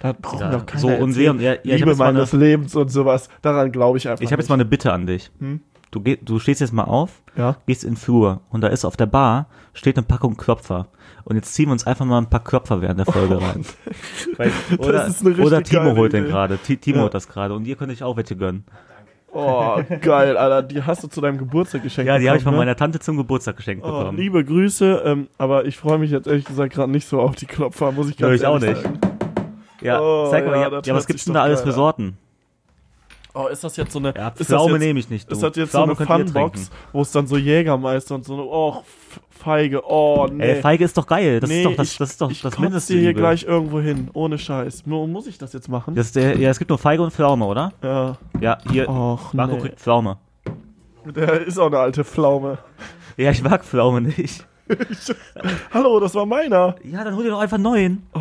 Speaker 2: da brauchen wir auch keiner
Speaker 1: so und
Speaker 2: erzählen.
Speaker 1: sehen, ja, ja, ich habe
Speaker 2: Liebe
Speaker 1: jetzt, mal eine-
Speaker 2: meines Lebens und sowas, daran glaube ich einfach
Speaker 1: ich hab jetzt mal eine Bitte an dich.
Speaker 2: Hm?
Speaker 1: Du, geh, du stehst jetzt mal auf,
Speaker 2: nicht. Ja,
Speaker 1: gehst in den Flur und da ist auf der Bar steht eine Packung Klopfer. Und jetzt ziehen wir uns einfach mal ein paar Klopfer während der Folge rein. Weil, oder,
Speaker 2: Oh, ist eine richtig
Speaker 1: oder Timo
Speaker 2: geile
Speaker 1: holt den
Speaker 2: Idee.
Speaker 1: gerade. Ti- Timo
Speaker 2: Ja.
Speaker 1: holt das gerade und ihr könnt euch auch welche gönnen.
Speaker 2: Oh, geil, Alter. Die hast du zu deinem Geburtstag geschenkt.
Speaker 1: Ja, die habe ich von
Speaker 2: bekommen, ne?
Speaker 1: meiner Tante zum Geburtstag geschenkt
Speaker 2: Oh,
Speaker 1: bekommen.
Speaker 2: liebe Grüße, ähm, aber ich freue mich jetzt ehrlich gesagt gerade nicht so auf die Klopfer, muss ich
Speaker 1: Nö,
Speaker 2: ganz
Speaker 1: ich auch
Speaker 2: ehrlich
Speaker 1: nicht.
Speaker 2: sagen.
Speaker 1: Ja,
Speaker 2: Oh,
Speaker 1: zeig mal,
Speaker 2: ja,
Speaker 1: ja,
Speaker 2: das
Speaker 1: ja, was
Speaker 2: hört
Speaker 1: gibt's
Speaker 2: sich
Speaker 1: denn da
Speaker 2: doch
Speaker 1: alles
Speaker 2: geil
Speaker 1: für
Speaker 2: an.
Speaker 1: Sorten?
Speaker 2: Oh, ist das jetzt so eine.
Speaker 1: Ja,
Speaker 2: ist das
Speaker 1: Pflaume
Speaker 2: jetzt-
Speaker 1: nehme ich nicht. Du.
Speaker 2: Ist das jetzt
Speaker 1: Pflaume
Speaker 2: so
Speaker 1: könnt ihr
Speaker 2: eine
Speaker 1: trinken.
Speaker 2: Funbox, wo es dann so Jägermeister und so eine. Oh, F- Feige. Oh, nee.
Speaker 1: Ey, Feige ist doch geil. Das
Speaker 2: nee,
Speaker 1: ist doch das,
Speaker 2: ich,
Speaker 1: das, ist doch
Speaker 2: ich
Speaker 1: das
Speaker 2: kotz
Speaker 1: Mindeste.
Speaker 2: dir hier
Speaker 1: Liebe.
Speaker 2: gleich irgendwo hin, ohne Scheiß. Mu- Muss ich das jetzt machen?
Speaker 1: Das ist der, ja, es gibt nur Feige und Pflaume, oder?
Speaker 2: Ja.
Speaker 1: Ja, hier.
Speaker 2: Och,
Speaker 1: Marco
Speaker 2: Oh, nee.
Speaker 1: kriegt Pflaume.
Speaker 2: Der ist auch eine alte Pflaume.
Speaker 1: Ja, ich mag Pflaume nicht.
Speaker 2: Hallo, das war meiner.
Speaker 1: Ja, dann hol dir doch einfach einen neuen.
Speaker 2: Oh.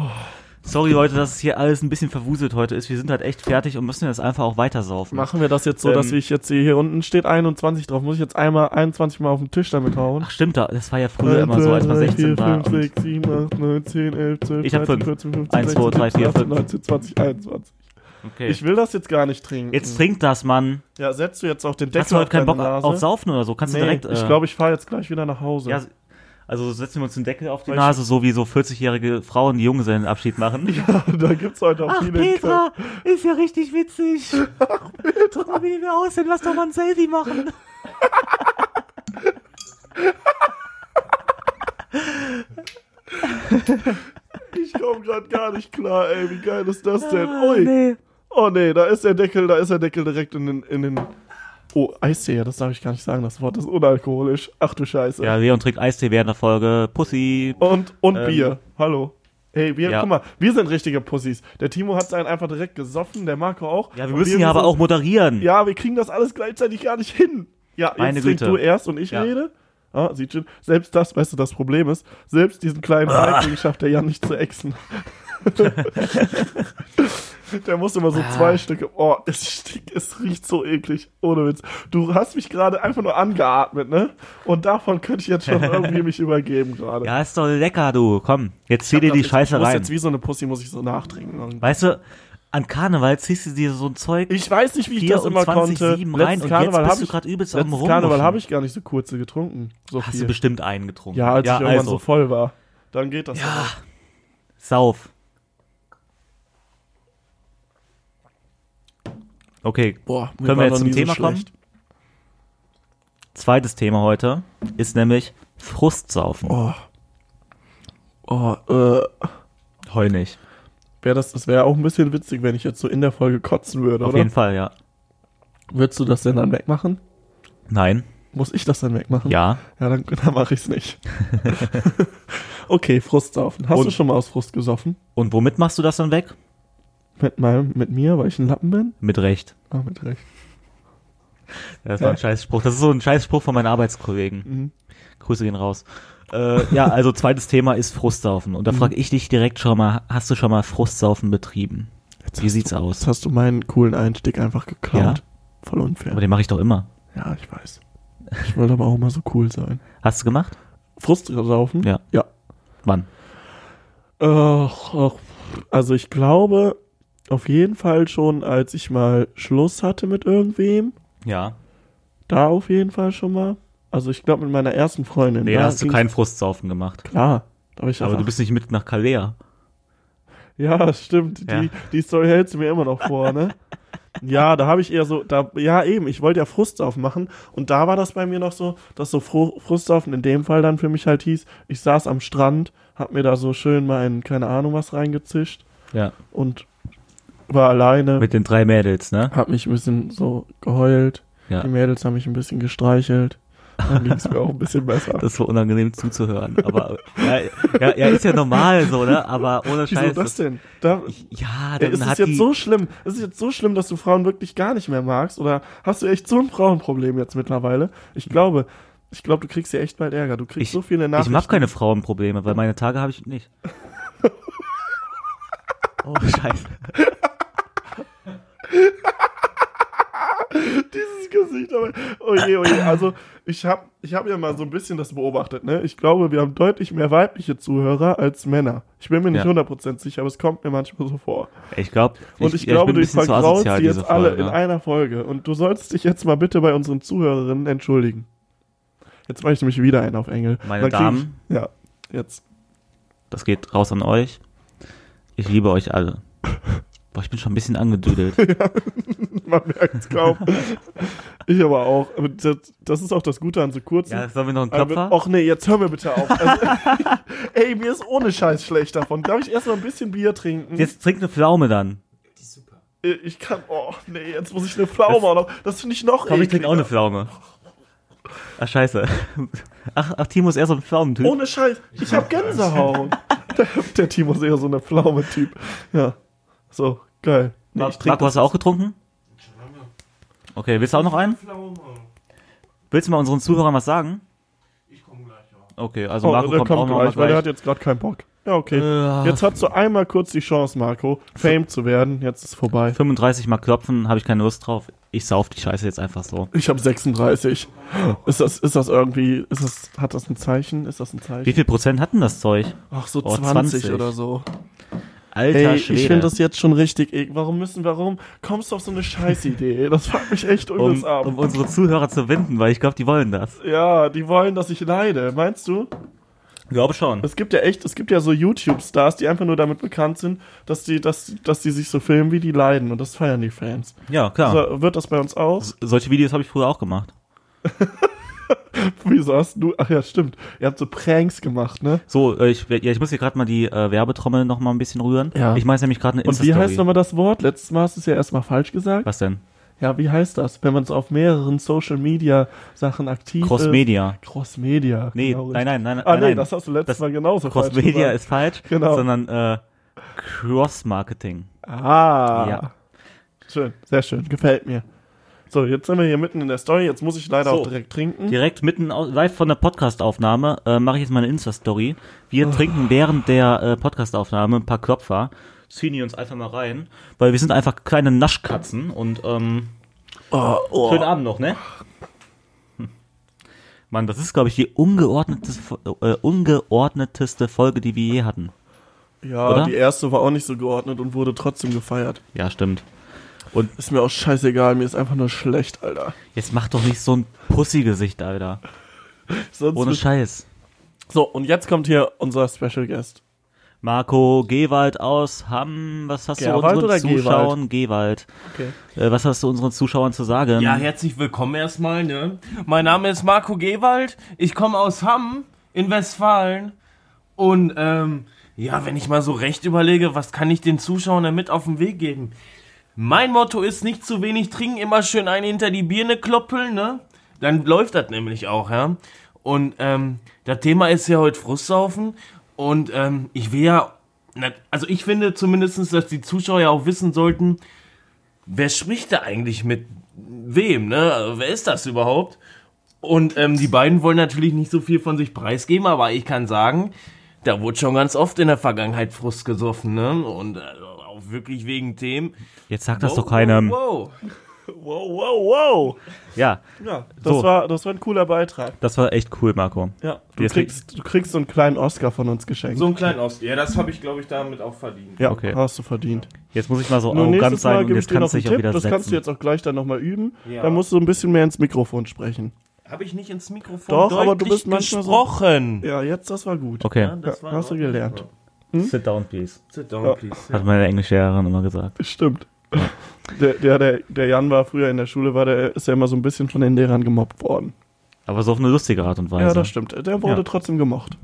Speaker 1: Sorry, Leute, dass es hier alles ein bisschen verwuselt heute ist. Wir sind halt echt fertig und müssen jetzt einfach auch weitersaufen.
Speaker 2: Machen wir das jetzt so,
Speaker 1: Ähm,
Speaker 2: dass ich jetzt hier, hier unten steht 21 drauf. Muss ich jetzt einmal 21 mal auf den Tisch damit hauen?
Speaker 1: Ach, stimmt, da- das war ja früher immer so, als man 16 war.
Speaker 2: 5,
Speaker 1: Und
Speaker 2: 6, 7, 8, 9, 10, 11, 12,
Speaker 1: Ich hab
Speaker 2: 13,
Speaker 1: fünf.
Speaker 2: 14, 15,
Speaker 1: Eins,
Speaker 2: 16,
Speaker 1: zwei, drei,
Speaker 2: 17,
Speaker 1: vier,
Speaker 2: 18,
Speaker 1: fünf.
Speaker 2: 19, 20, 21.
Speaker 1: okay.
Speaker 2: Ich will das jetzt gar nicht trinken.
Speaker 1: Jetzt trink das, Mann.
Speaker 2: Ja, setzt du jetzt auch den Deckel
Speaker 1: Hast du heute
Speaker 2: auf
Speaker 1: keinen Bock
Speaker 2: deine Nase?
Speaker 1: auf Saufen oder so? Kannst
Speaker 2: Nee,
Speaker 1: du direkt.
Speaker 2: ich
Speaker 1: äh,
Speaker 2: glaube, ich fahre jetzt gleich wieder nach Hause.
Speaker 1: Ja, also setzen wir uns den Deckel auf die
Speaker 2: Weil ich-
Speaker 1: Nase, so wie so 40-jährige Frauen die Junggesellenabschied machen.
Speaker 2: da gibt's heute auch viele.
Speaker 1: ist ja richtig witzig. Guck mal, wie wir aussehen, lass doch mal ein Selfie machen.
Speaker 2: Ich komme gerade gar nicht klar, ey. Wie geil ist das denn?
Speaker 1: Ah,
Speaker 2: Ui. Oh nee, da ist der Deckel, da ist der Deckel direkt in den. In den oh, Eistee, das darf ich gar nicht sagen. Das Wort ist unalkoholisch. Ach du Scheiße.
Speaker 1: Ja, Leon trinkt Eistee während der Folge. Pussy.
Speaker 2: Und, und
Speaker 1: Ähm.
Speaker 2: Bier. Hallo. Hey, wir,
Speaker 1: Ja.
Speaker 2: guck mal, wir sind richtige Pussys. Der Timo hat seinen einfach direkt gesoffen, der Marco auch.
Speaker 1: Ja, wir
Speaker 2: Und
Speaker 1: müssen ja aber auch moderieren.
Speaker 2: Ja, wir kriegen das alles gleichzeitig gar nicht hin. Ja, jetzt
Speaker 1: Meine
Speaker 2: trink
Speaker 1: Güte.
Speaker 2: du erst und ich
Speaker 1: Ja.
Speaker 2: rede. Ah, sieht schon. Selbst das, weißt du, das Problem ist, selbst diesen kleinen
Speaker 1: Ah.
Speaker 2: Feigling schafft der Jan nicht zu exen. der muss immer so
Speaker 1: Ah.
Speaker 2: zwei Stücke. Oh, es stinkt, es riecht so eklig. Ohne Witz. Du hast mich gerade einfach nur angeatmet, ne? Und davon könnte ich jetzt schon irgendwie mich übergeben gerade.
Speaker 1: Ja, ist doch lecker, du. Komm, jetzt zieh dir die
Speaker 2: Ich
Speaker 1: Scheiße
Speaker 2: muss
Speaker 1: rein.
Speaker 2: jetzt wie so eine Pussy, muss ich so nachtrinken. irgendwie.
Speaker 1: Weißt du, an Karneval ziehst du dir so ein Zeug.
Speaker 2: Ich weiß nicht, wie ich
Speaker 1: 4
Speaker 2: das
Speaker 1: und
Speaker 2: immer
Speaker 1: 20,
Speaker 2: konnte.
Speaker 1: sieben rein und jetzt bist
Speaker 2: hab
Speaker 1: du grad übelst am
Speaker 2: letztes
Speaker 1: Rumrutschen.
Speaker 2: Karneval habe ich gar nicht so kurze getrunken. So
Speaker 1: hast
Speaker 2: viel.
Speaker 1: du bestimmt einen getrunken.
Speaker 2: ja, als ich irgendwann
Speaker 1: also,
Speaker 2: so voll war. Dann geht das.
Speaker 1: Ja. Sauf. Okay,
Speaker 2: Boah,
Speaker 1: Können
Speaker 2: mir war
Speaker 1: wir
Speaker 2: noch
Speaker 1: jetzt zum
Speaker 2: nie so
Speaker 1: Thema kommen?
Speaker 2: schlecht.
Speaker 1: zweites Thema heute ist nämlich Frustsaufen.
Speaker 2: Oh. Oh, äh,
Speaker 1: Heu nicht.
Speaker 2: Wäre das, das wäre auch ein bisschen witzig, wenn ich jetzt so in der Folge kotzen würde,
Speaker 1: Auf
Speaker 2: oder?
Speaker 1: jeden Fall, ja.
Speaker 2: Würdest du das denn dann wegmachen?
Speaker 1: Nein,
Speaker 2: Muss ich das dann wegmachen?
Speaker 1: ja.
Speaker 2: Ja, dann, dann mache ich es nicht. okay, Frustsaufen. Hast
Speaker 1: Und-
Speaker 2: du schon mal aus Frust gesoffen?
Speaker 1: Und womit machst du das dann weg?
Speaker 2: Mit, meinem, mit mir, weil ich ein Lappen bin?
Speaker 1: Mit Recht.
Speaker 2: Ah, mit Recht.
Speaker 1: Das war ein
Speaker 2: Ja.
Speaker 1: Scheißspruch. Das ist so ein Scheißspruch von meinen Arbeitskollegen.
Speaker 2: Mhm.
Speaker 1: Grüße gehen raus. Äh, ja, also zweites Thema ist Frustsaufen. Und da
Speaker 2: Mhm.
Speaker 1: frage ich dich direkt schon mal, hast du schon mal Frustsaufen betrieben?
Speaker 2: Jetzt
Speaker 1: Wie
Speaker 2: hast
Speaker 1: sieht's
Speaker 2: du,
Speaker 1: aus?
Speaker 2: Jetzt hast du meinen coolen Einstieg einfach geklaut. Voll unfair.
Speaker 1: Aber den mache ich doch immer.
Speaker 2: ja, ich weiß. Ich wollte aber auch mal so cool sein.
Speaker 1: Hast du gemacht?
Speaker 2: Frustsaufen?
Speaker 1: Ja.
Speaker 2: Ja.
Speaker 1: Wann?
Speaker 2: Ach, ach. Also ich glaube auf jeden Fall schon, als ich mal Schluss hatte mit irgendwem.
Speaker 1: Ja.
Speaker 2: Da auf jeden Fall schon mal. Also ich glaube mit meiner ersten Freundin.
Speaker 1: Nee,
Speaker 2: da
Speaker 1: hast du
Speaker 2: ging's-
Speaker 1: keinen Frustsaufen gemacht.
Speaker 2: Klar. Da hab ich
Speaker 1: Aber
Speaker 2: einfach-
Speaker 1: du bist nicht mit nach Kalea.
Speaker 2: Ja, stimmt.
Speaker 1: Ja.
Speaker 2: Die, die Story hältst du mir immer noch vor, ne? ja, da habe ich eher so, da, ja eben, ich wollte ja Frust aufmachen und da war das bei mir noch so, dass so Fru- Frust auf in dem Fall dann für mich halt hieß, ich saß am Strand, hab mir da so schön mal ein, keine Ahnung was reingezischt
Speaker 1: Ja.
Speaker 2: und war alleine,
Speaker 1: Mit den drei Mädels, ne?
Speaker 2: hab mich ein bisschen so geheult,
Speaker 1: Ja.
Speaker 2: die Mädels haben mich ein bisschen gestreichelt, dann ging's mir auch ein bisschen besser.
Speaker 1: Das war unangenehm zuzuhören. Aber ja, ja, ja, ist ja normal so, ne? Aber ohne
Speaker 2: Wieso
Speaker 1: Scheiß.
Speaker 2: das denn? Da,
Speaker 1: Ja,
Speaker 2: Ey,
Speaker 1: dann
Speaker 2: ist es
Speaker 1: hat die,
Speaker 2: jetzt so schlimm? Ist es jetzt so schlimm, dass du Frauen wirklich gar nicht mehr magst? Oder hast du echt so ein Frauenproblem jetzt mittlerweile? Ich glaube, ich glaube, du kriegst hier echt bald Ärger. Du kriegst
Speaker 1: Ich-
Speaker 2: so viele
Speaker 1: Ich
Speaker 2: Nachrichten.
Speaker 1: habe keine Frauenprobleme, weil meine Tage habe ich nicht. Oh, scheiße.
Speaker 2: dieses Gesicht. Aber, oh je, oh je. Also ich habe, ich habe ja mal so ein bisschen das beobachtet. Ne, ich glaube, wir haben deutlich mehr weibliche Zuhörer als Männer. Ich bin mir nicht
Speaker 1: Ja.
Speaker 2: 100% sicher, aber es kommt mir manchmal so vor.
Speaker 1: Ich glaube,
Speaker 2: Und ich, glaube, du vergraulst sie jetzt alle in
Speaker 1: ja.
Speaker 2: einer Folge. Und du sollst dich jetzt mal bitte bei unseren Zuhörerinnen entschuldigen. Jetzt mache ich nämlich wieder einen auf Engel.
Speaker 1: Meine
Speaker 2: Dann krieg
Speaker 1: Damen.
Speaker 2: Ich, ja, jetzt.
Speaker 1: Das geht raus an euch. Ich liebe euch alle. Boah, ich bin schon ein bisschen angedüdelt.
Speaker 2: Man merkt es kaum. ich aber auch. Aber das, das ist auch das Gute an so kurzen.
Speaker 1: ja, sollen wir noch einen
Speaker 2: Aber
Speaker 1: Klopfer?
Speaker 2: wir- Och nee, jetzt hör mir bitte auf. Also, ey, mir ist ohne Scheiß schlecht davon. Darf ich erstmal ein bisschen Bier trinken?
Speaker 1: Jetzt trink eine Pflaume dann.
Speaker 2: Äh, ich kann. Oh nee, jetzt muss ich eine Pflaume
Speaker 1: Das-
Speaker 2: auch noch. Das finde ich noch
Speaker 1: Komm, ich trink auch
Speaker 2: ekliger.
Speaker 1: eine Pflaume. Ach, scheiße. Ach, ach Timo ist eher so ein Pflaumentyp.
Speaker 2: Ohne Scheiß. Ich hab Gänsehaut. der, der Timo ist eher so eine Pflaume-Typ. Ja. So, geil. Nee, ich trink
Speaker 1: Marco, hast du auch getrunken? Okay, willst du auch noch einen? Willst du mal unseren Zuhörern was sagen? Ich komme gleich, ja. Okay, also
Speaker 2: Oh,
Speaker 1: Marco
Speaker 2: der
Speaker 1: kommt, auch
Speaker 2: kommt
Speaker 1: noch mal
Speaker 2: gleich, weil der hat
Speaker 1: gleich. Äh.
Speaker 2: jetzt gerade keinen Bock. Ja, okay.
Speaker 1: Ja.
Speaker 2: Jetzt hast du einmal kurz die Chance, Marco, Fame zu werden. Jetzt ist vorbei.
Speaker 1: 35 Mal klopfen, habe ich keine Lust drauf. Ich sauf die Scheiße jetzt einfach so.
Speaker 2: Ich habe 36. Ist das, ist das irgendwie, ist das, hat das ein Zeichen? Ist das ein
Speaker 1: Wie
Speaker 2: Zeichen?
Speaker 1: viel Prozent hatten das Zeug?
Speaker 2: Ach, so
Speaker 1: Oh,
Speaker 2: 20,
Speaker 1: 20.
Speaker 2: oder so.
Speaker 1: Alter
Speaker 2: Ey,
Speaker 1: Schwede.
Speaker 2: ich finde das jetzt schon richtig eklig. Warum müssen, warum kommst du auf so eine Scheißidee? Das fuckt mich echt
Speaker 1: um,
Speaker 2: übelst ab.
Speaker 1: um unsere Zuhörer zu winden, weil ich glaube, die wollen das.
Speaker 2: ja, die wollen, dass ich leide. Meinst du?
Speaker 1: Glaube schon.
Speaker 2: Es gibt ja echt, es gibt ja so YouTube-Stars, die einfach nur damit bekannt sind, dass die, dass, dass die sich so filmen, wie die leiden. Und das feiern die Fans.
Speaker 1: Ja, klar.
Speaker 2: So, wird das bei uns auch?
Speaker 1: Solche Videos habe ich früher auch gemacht.
Speaker 2: Wieso hast du, ach ja, stimmt. Ihr habt so Pranks gemacht, ne?
Speaker 1: So, äh, ich, ja, ich muss hier gerade mal die äh, Werbetrommel noch mal ein bisschen rühren.
Speaker 2: Ja.
Speaker 1: Ich mache nämlich gerade eine
Speaker 2: Und wie heißt
Speaker 1: Insta-Story.
Speaker 2: nochmal das Wort? Letztes Mal hast du es ja erstmal falsch gesagt.
Speaker 1: Was denn?
Speaker 2: Ja, wie heißt das? Wenn man es auf mehreren Social Media Sachen aktiv
Speaker 1: Crossmedia.
Speaker 2: ist. Crossmedia.
Speaker 1: Nee,
Speaker 2: genau
Speaker 1: nein, nein, nein,
Speaker 2: Ah,
Speaker 1: nein,
Speaker 2: nee,
Speaker 1: nein.
Speaker 2: das hast du letztes
Speaker 1: Das
Speaker 2: Mal genauso
Speaker 1: Crossmedia
Speaker 2: falsch
Speaker 1: ist falsch,
Speaker 2: Genau.
Speaker 1: sondern äh, Cross-Marketing.
Speaker 2: gesagt. Ah.
Speaker 1: Ja.
Speaker 2: Schön, sehr schön. Gefällt mir. So, jetzt sind wir hier mitten in der Story. Jetzt muss ich leider
Speaker 1: So.
Speaker 2: auch direkt trinken.
Speaker 1: Direkt mitten au- live von der Podcast-Aufnahme äh, mache ich jetzt mal eine Insta-Story.
Speaker 2: Ah.
Speaker 1: Wir trinken während der äh, Podcast-Aufnahme ein paar Klopfer, ziehen die uns einfach mal rein, weil wir sind einfach kleine Naschkatzen und ähm,
Speaker 2: Oh, oh.
Speaker 1: schönen Abend noch, ne? Hm. Mann, das ist, glaube ich, die ungeordneteste, Fo- äh, ungeordneteste Folge, die wir je hatten.
Speaker 2: Ja,
Speaker 1: Oder?
Speaker 2: die erste war auch nicht so geordnet und wurde trotzdem gefeiert.
Speaker 1: Ja, stimmt.
Speaker 2: Ist mir auch scheißegal, mir ist einfach nur schlecht, Alter.
Speaker 1: Jetzt mach doch nicht so ein Pussy-Gesicht, Alter.
Speaker 2: Sonst
Speaker 1: Ohne
Speaker 2: wird-
Speaker 1: Scheiß.
Speaker 2: so, und jetzt kommt hier unser Special Guest.
Speaker 1: Marco Gewald aus Hamm, was hast
Speaker 2: Gerwald
Speaker 1: du unseren
Speaker 2: oder
Speaker 1: Zuschauern? Gewald.
Speaker 2: Okay.
Speaker 1: Äh, was hast du unseren Zuschauern zu sagen?
Speaker 4: Ja, herzlich willkommen erstmal, ne? Mein Name ist Marco Gewald, ich komme aus Hamm in Westfalen und ähm, Ja, wenn ich mal so recht überlege, was kann ich den Zuschauern damit auf den Weg geben? Mein Motto ist nicht zu wenig trinken, immer schön einen hinter die Birne kloppeln, ne? Dann läuft das nämlich auch, ja. Und ähm, das Thema ist ja heute Frustsaufen. Und ähm, ich will ja, na- also ich finde zumindestens, dass die Zuschauer ja auch wissen sollten, wer spricht da eigentlich mit wem, ne? Also, wer ist das überhaupt? Und ähm, die beiden wollen natürlich nicht so viel von sich preisgeben, aber ich kann sagen, da wurde schon ganz oft in der Vergangenheit Frust gesoffen, ne? Und äh, auch wirklich wegen Themen.
Speaker 1: Jetzt sagt das doch keinem.
Speaker 4: Wow,
Speaker 2: Wow, wow, wow.
Speaker 1: Ja,
Speaker 2: Ja, das,
Speaker 1: So.
Speaker 2: war, das war ein cooler Beitrag.
Speaker 1: das war echt cool, Marco.
Speaker 2: Ja, du,
Speaker 1: Jetzt-
Speaker 2: kriegst, du kriegst so einen kleinen Oscar von uns geschenkt.
Speaker 4: So ein kleinen Ost. Ja, das habe ich, glaube ich, damit auch verdient.
Speaker 2: ja,
Speaker 1: okay.
Speaker 2: hast du verdient.
Speaker 1: Jetzt muss ich mal so
Speaker 2: Nur
Speaker 1: arrogant
Speaker 2: nächstes Mal
Speaker 1: sein und
Speaker 2: gebe ich
Speaker 1: jetzt
Speaker 2: dir noch
Speaker 1: kannst du
Speaker 2: einen
Speaker 1: dich auch
Speaker 2: Tipp.
Speaker 1: wieder
Speaker 2: Das kannst du
Speaker 1: setzen.
Speaker 2: jetzt auch gleich dann nochmal üben.
Speaker 4: Ja.
Speaker 2: Dann musst du ein bisschen mehr ins Mikrofon sprechen.
Speaker 4: Habe ich nicht ins Mikrofon
Speaker 2: Doch,
Speaker 4: deutlich
Speaker 2: aber du bist manchmal so-
Speaker 4: gesprochen.
Speaker 2: Ja, jetzt, das war gut.
Speaker 1: Okay,
Speaker 4: das
Speaker 2: Ja, hast du
Speaker 4: in
Speaker 2: gelernt.
Speaker 4: Ordnung.
Speaker 1: sit down, please.
Speaker 4: Sit down,
Speaker 2: Ja.
Speaker 4: please.
Speaker 1: Hat meine Englischlehrerin immer gesagt.
Speaker 2: Stimmt. Der, der, der, der Jan war früher in der Schule, war der, ist ja immer so ein bisschen von den Lehrern gemobbt worden.
Speaker 1: Aber so auf eine lustige Art und Weise.
Speaker 2: Ja, das stimmt. Der wurde
Speaker 1: Also. Ja.
Speaker 2: trotzdem gemocht.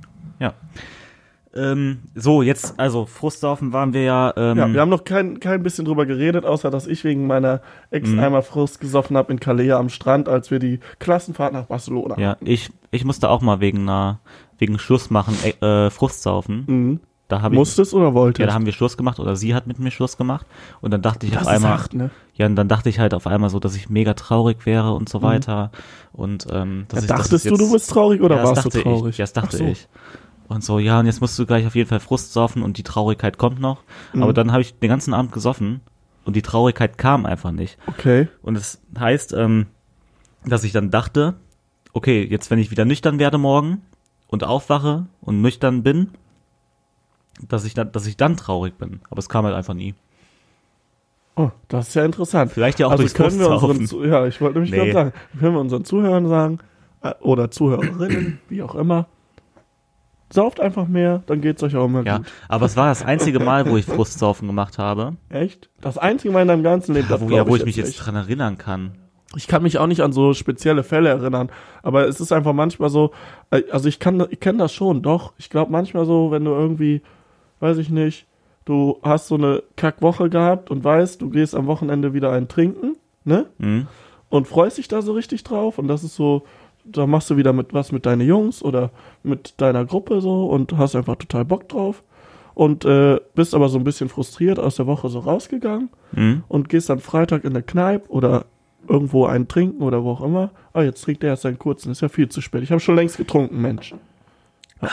Speaker 1: Ähm, so, jetzt, also Frustsaufen waren wir ja. Ähm,
Speaker 2: Ja, wir haben noch kein, kein bisschen drüber geredet, außer dass ich wegen meiner Ex
Speaker 1: Mhm.
Speaker 2: einmal Frust gesoffen habe in Calais am Strand, als wir die Klassenfahrt nach Barcelona
Speaker 1: ja, ich, ich musste auch mal wegen einer, wegen Schluss machen, äh, äh, Frustsaufen.
Speaker 2: Mhm.
Speaker 1: Da habe ich.
Speaker 2: Musstest oder wolltest?
Speaker 1: Ja, da haben wir Schluss gemacht oder sie hat mit mir Schluss gemacht und dann dachte ich
Speaker 2: das
Speaker 1: auf einmal,
Speaker 2: ist hart, ne?
Speaker 1: ja, und dann dachte ich halt auf einmal so, dass ich mega traurig wäre und so weiter und ähm, dass
Speaker 2: Mhm. Ja,
Speaker 1: ich, dass
Speaker 2: dachtest
Speaker 1: es
Speaker 2: du,
Speaker 1: jetzt-
Speaker 2: du bist traurig oder
Speaker 1: ja, das
Speaker 2: warst du
Speaker 1: dachte
Speaker 2: traurig?
Speaker 1: Ich, ja, das dachte
Speaker 2: Ach so.
Speaker 1: ich. Und so, ja, und jetzt musst du gleich auf jeden Fall Frust saufen und die Traurigkeit kommt noch.
Speaker 2: Mhm.
Speaker 1: Aber dann habe ich den ganzen Abend gesoffen und die Traurigkeit kam einfach nicht.
Speaker 2: Okay.
Speaker 1: Und das heißt, ähm, dass ich dann dachte, okay, jetzt wenn ich wieder nüchtern werde morgen und aufwache und nüchtern bin, dass ich dann, dass ich dann traurig bin. Aber es kam halt einfach nie.
Speaker 2: Oh, das ist ja interessant.
Speaker 1: Vielleicht ja auch
Speaker 2: also
Speaker 1: durchs
Speaker 2: können wir unseren
Speaker 1: Frustsaufen.
Speaker 2: Zu Ja, ich wollte nämlich
Speaker 1: Nee.
Speaker 2: gerade sagen, können wir unseren Zuhörern sagen, äh, oder Zuhörerinnen, wie auch immer, sauft einfach mehr, dann geht's euch auch immer
Speaker 1: Ja,
Speaker 2: gut.
Speaker 1: aber es war das einzige Mal, wo ich Frustsaufen gemacht habe,
Speaker 2: Echt? Das einzige Mal in deinem ganzen Leben, das
Speaker 1: wo,
Speaker 2: glaub
Speaker 1: ja, wo ich mich
Speaker 2: jetzt
Speaker 1: jetzt dran erinnern kann.
Speaker 2: Ich kann mich auch nicht an so spezielle Fälle erinnern, aber es ist einfach manchmal so, äh, also ich kann, ich kenne das schon, doch. Ich glaube manchmal so, wenn du irgendwie, weiß ich nicht, du hast so eine Kackwoche gehabt und weißt, du gehst am Wochenende wieder einen trinken, ne?
Speaker 1: Mhm.
Speaker 2: Und freust dich da so richtig drauf und das ist so, da machst du wieder mit was mit deinen Jungs oder mit deiner Gruppe so und hast einfach total Bock drauf und äh, bist aber so ein bisschen frustriert aus der Woche so rausgegangen
Speaker 1: Mhm.
Speaker 2: und gehst dann Freitag in eine Kneipe oder irgendwo einen trinken oder wo auch immer. Ah, jetzt trinkt er erst einen kurzen, ist ja viel zu spät. Ich habe schon längst getrunken, Mensch. Ja.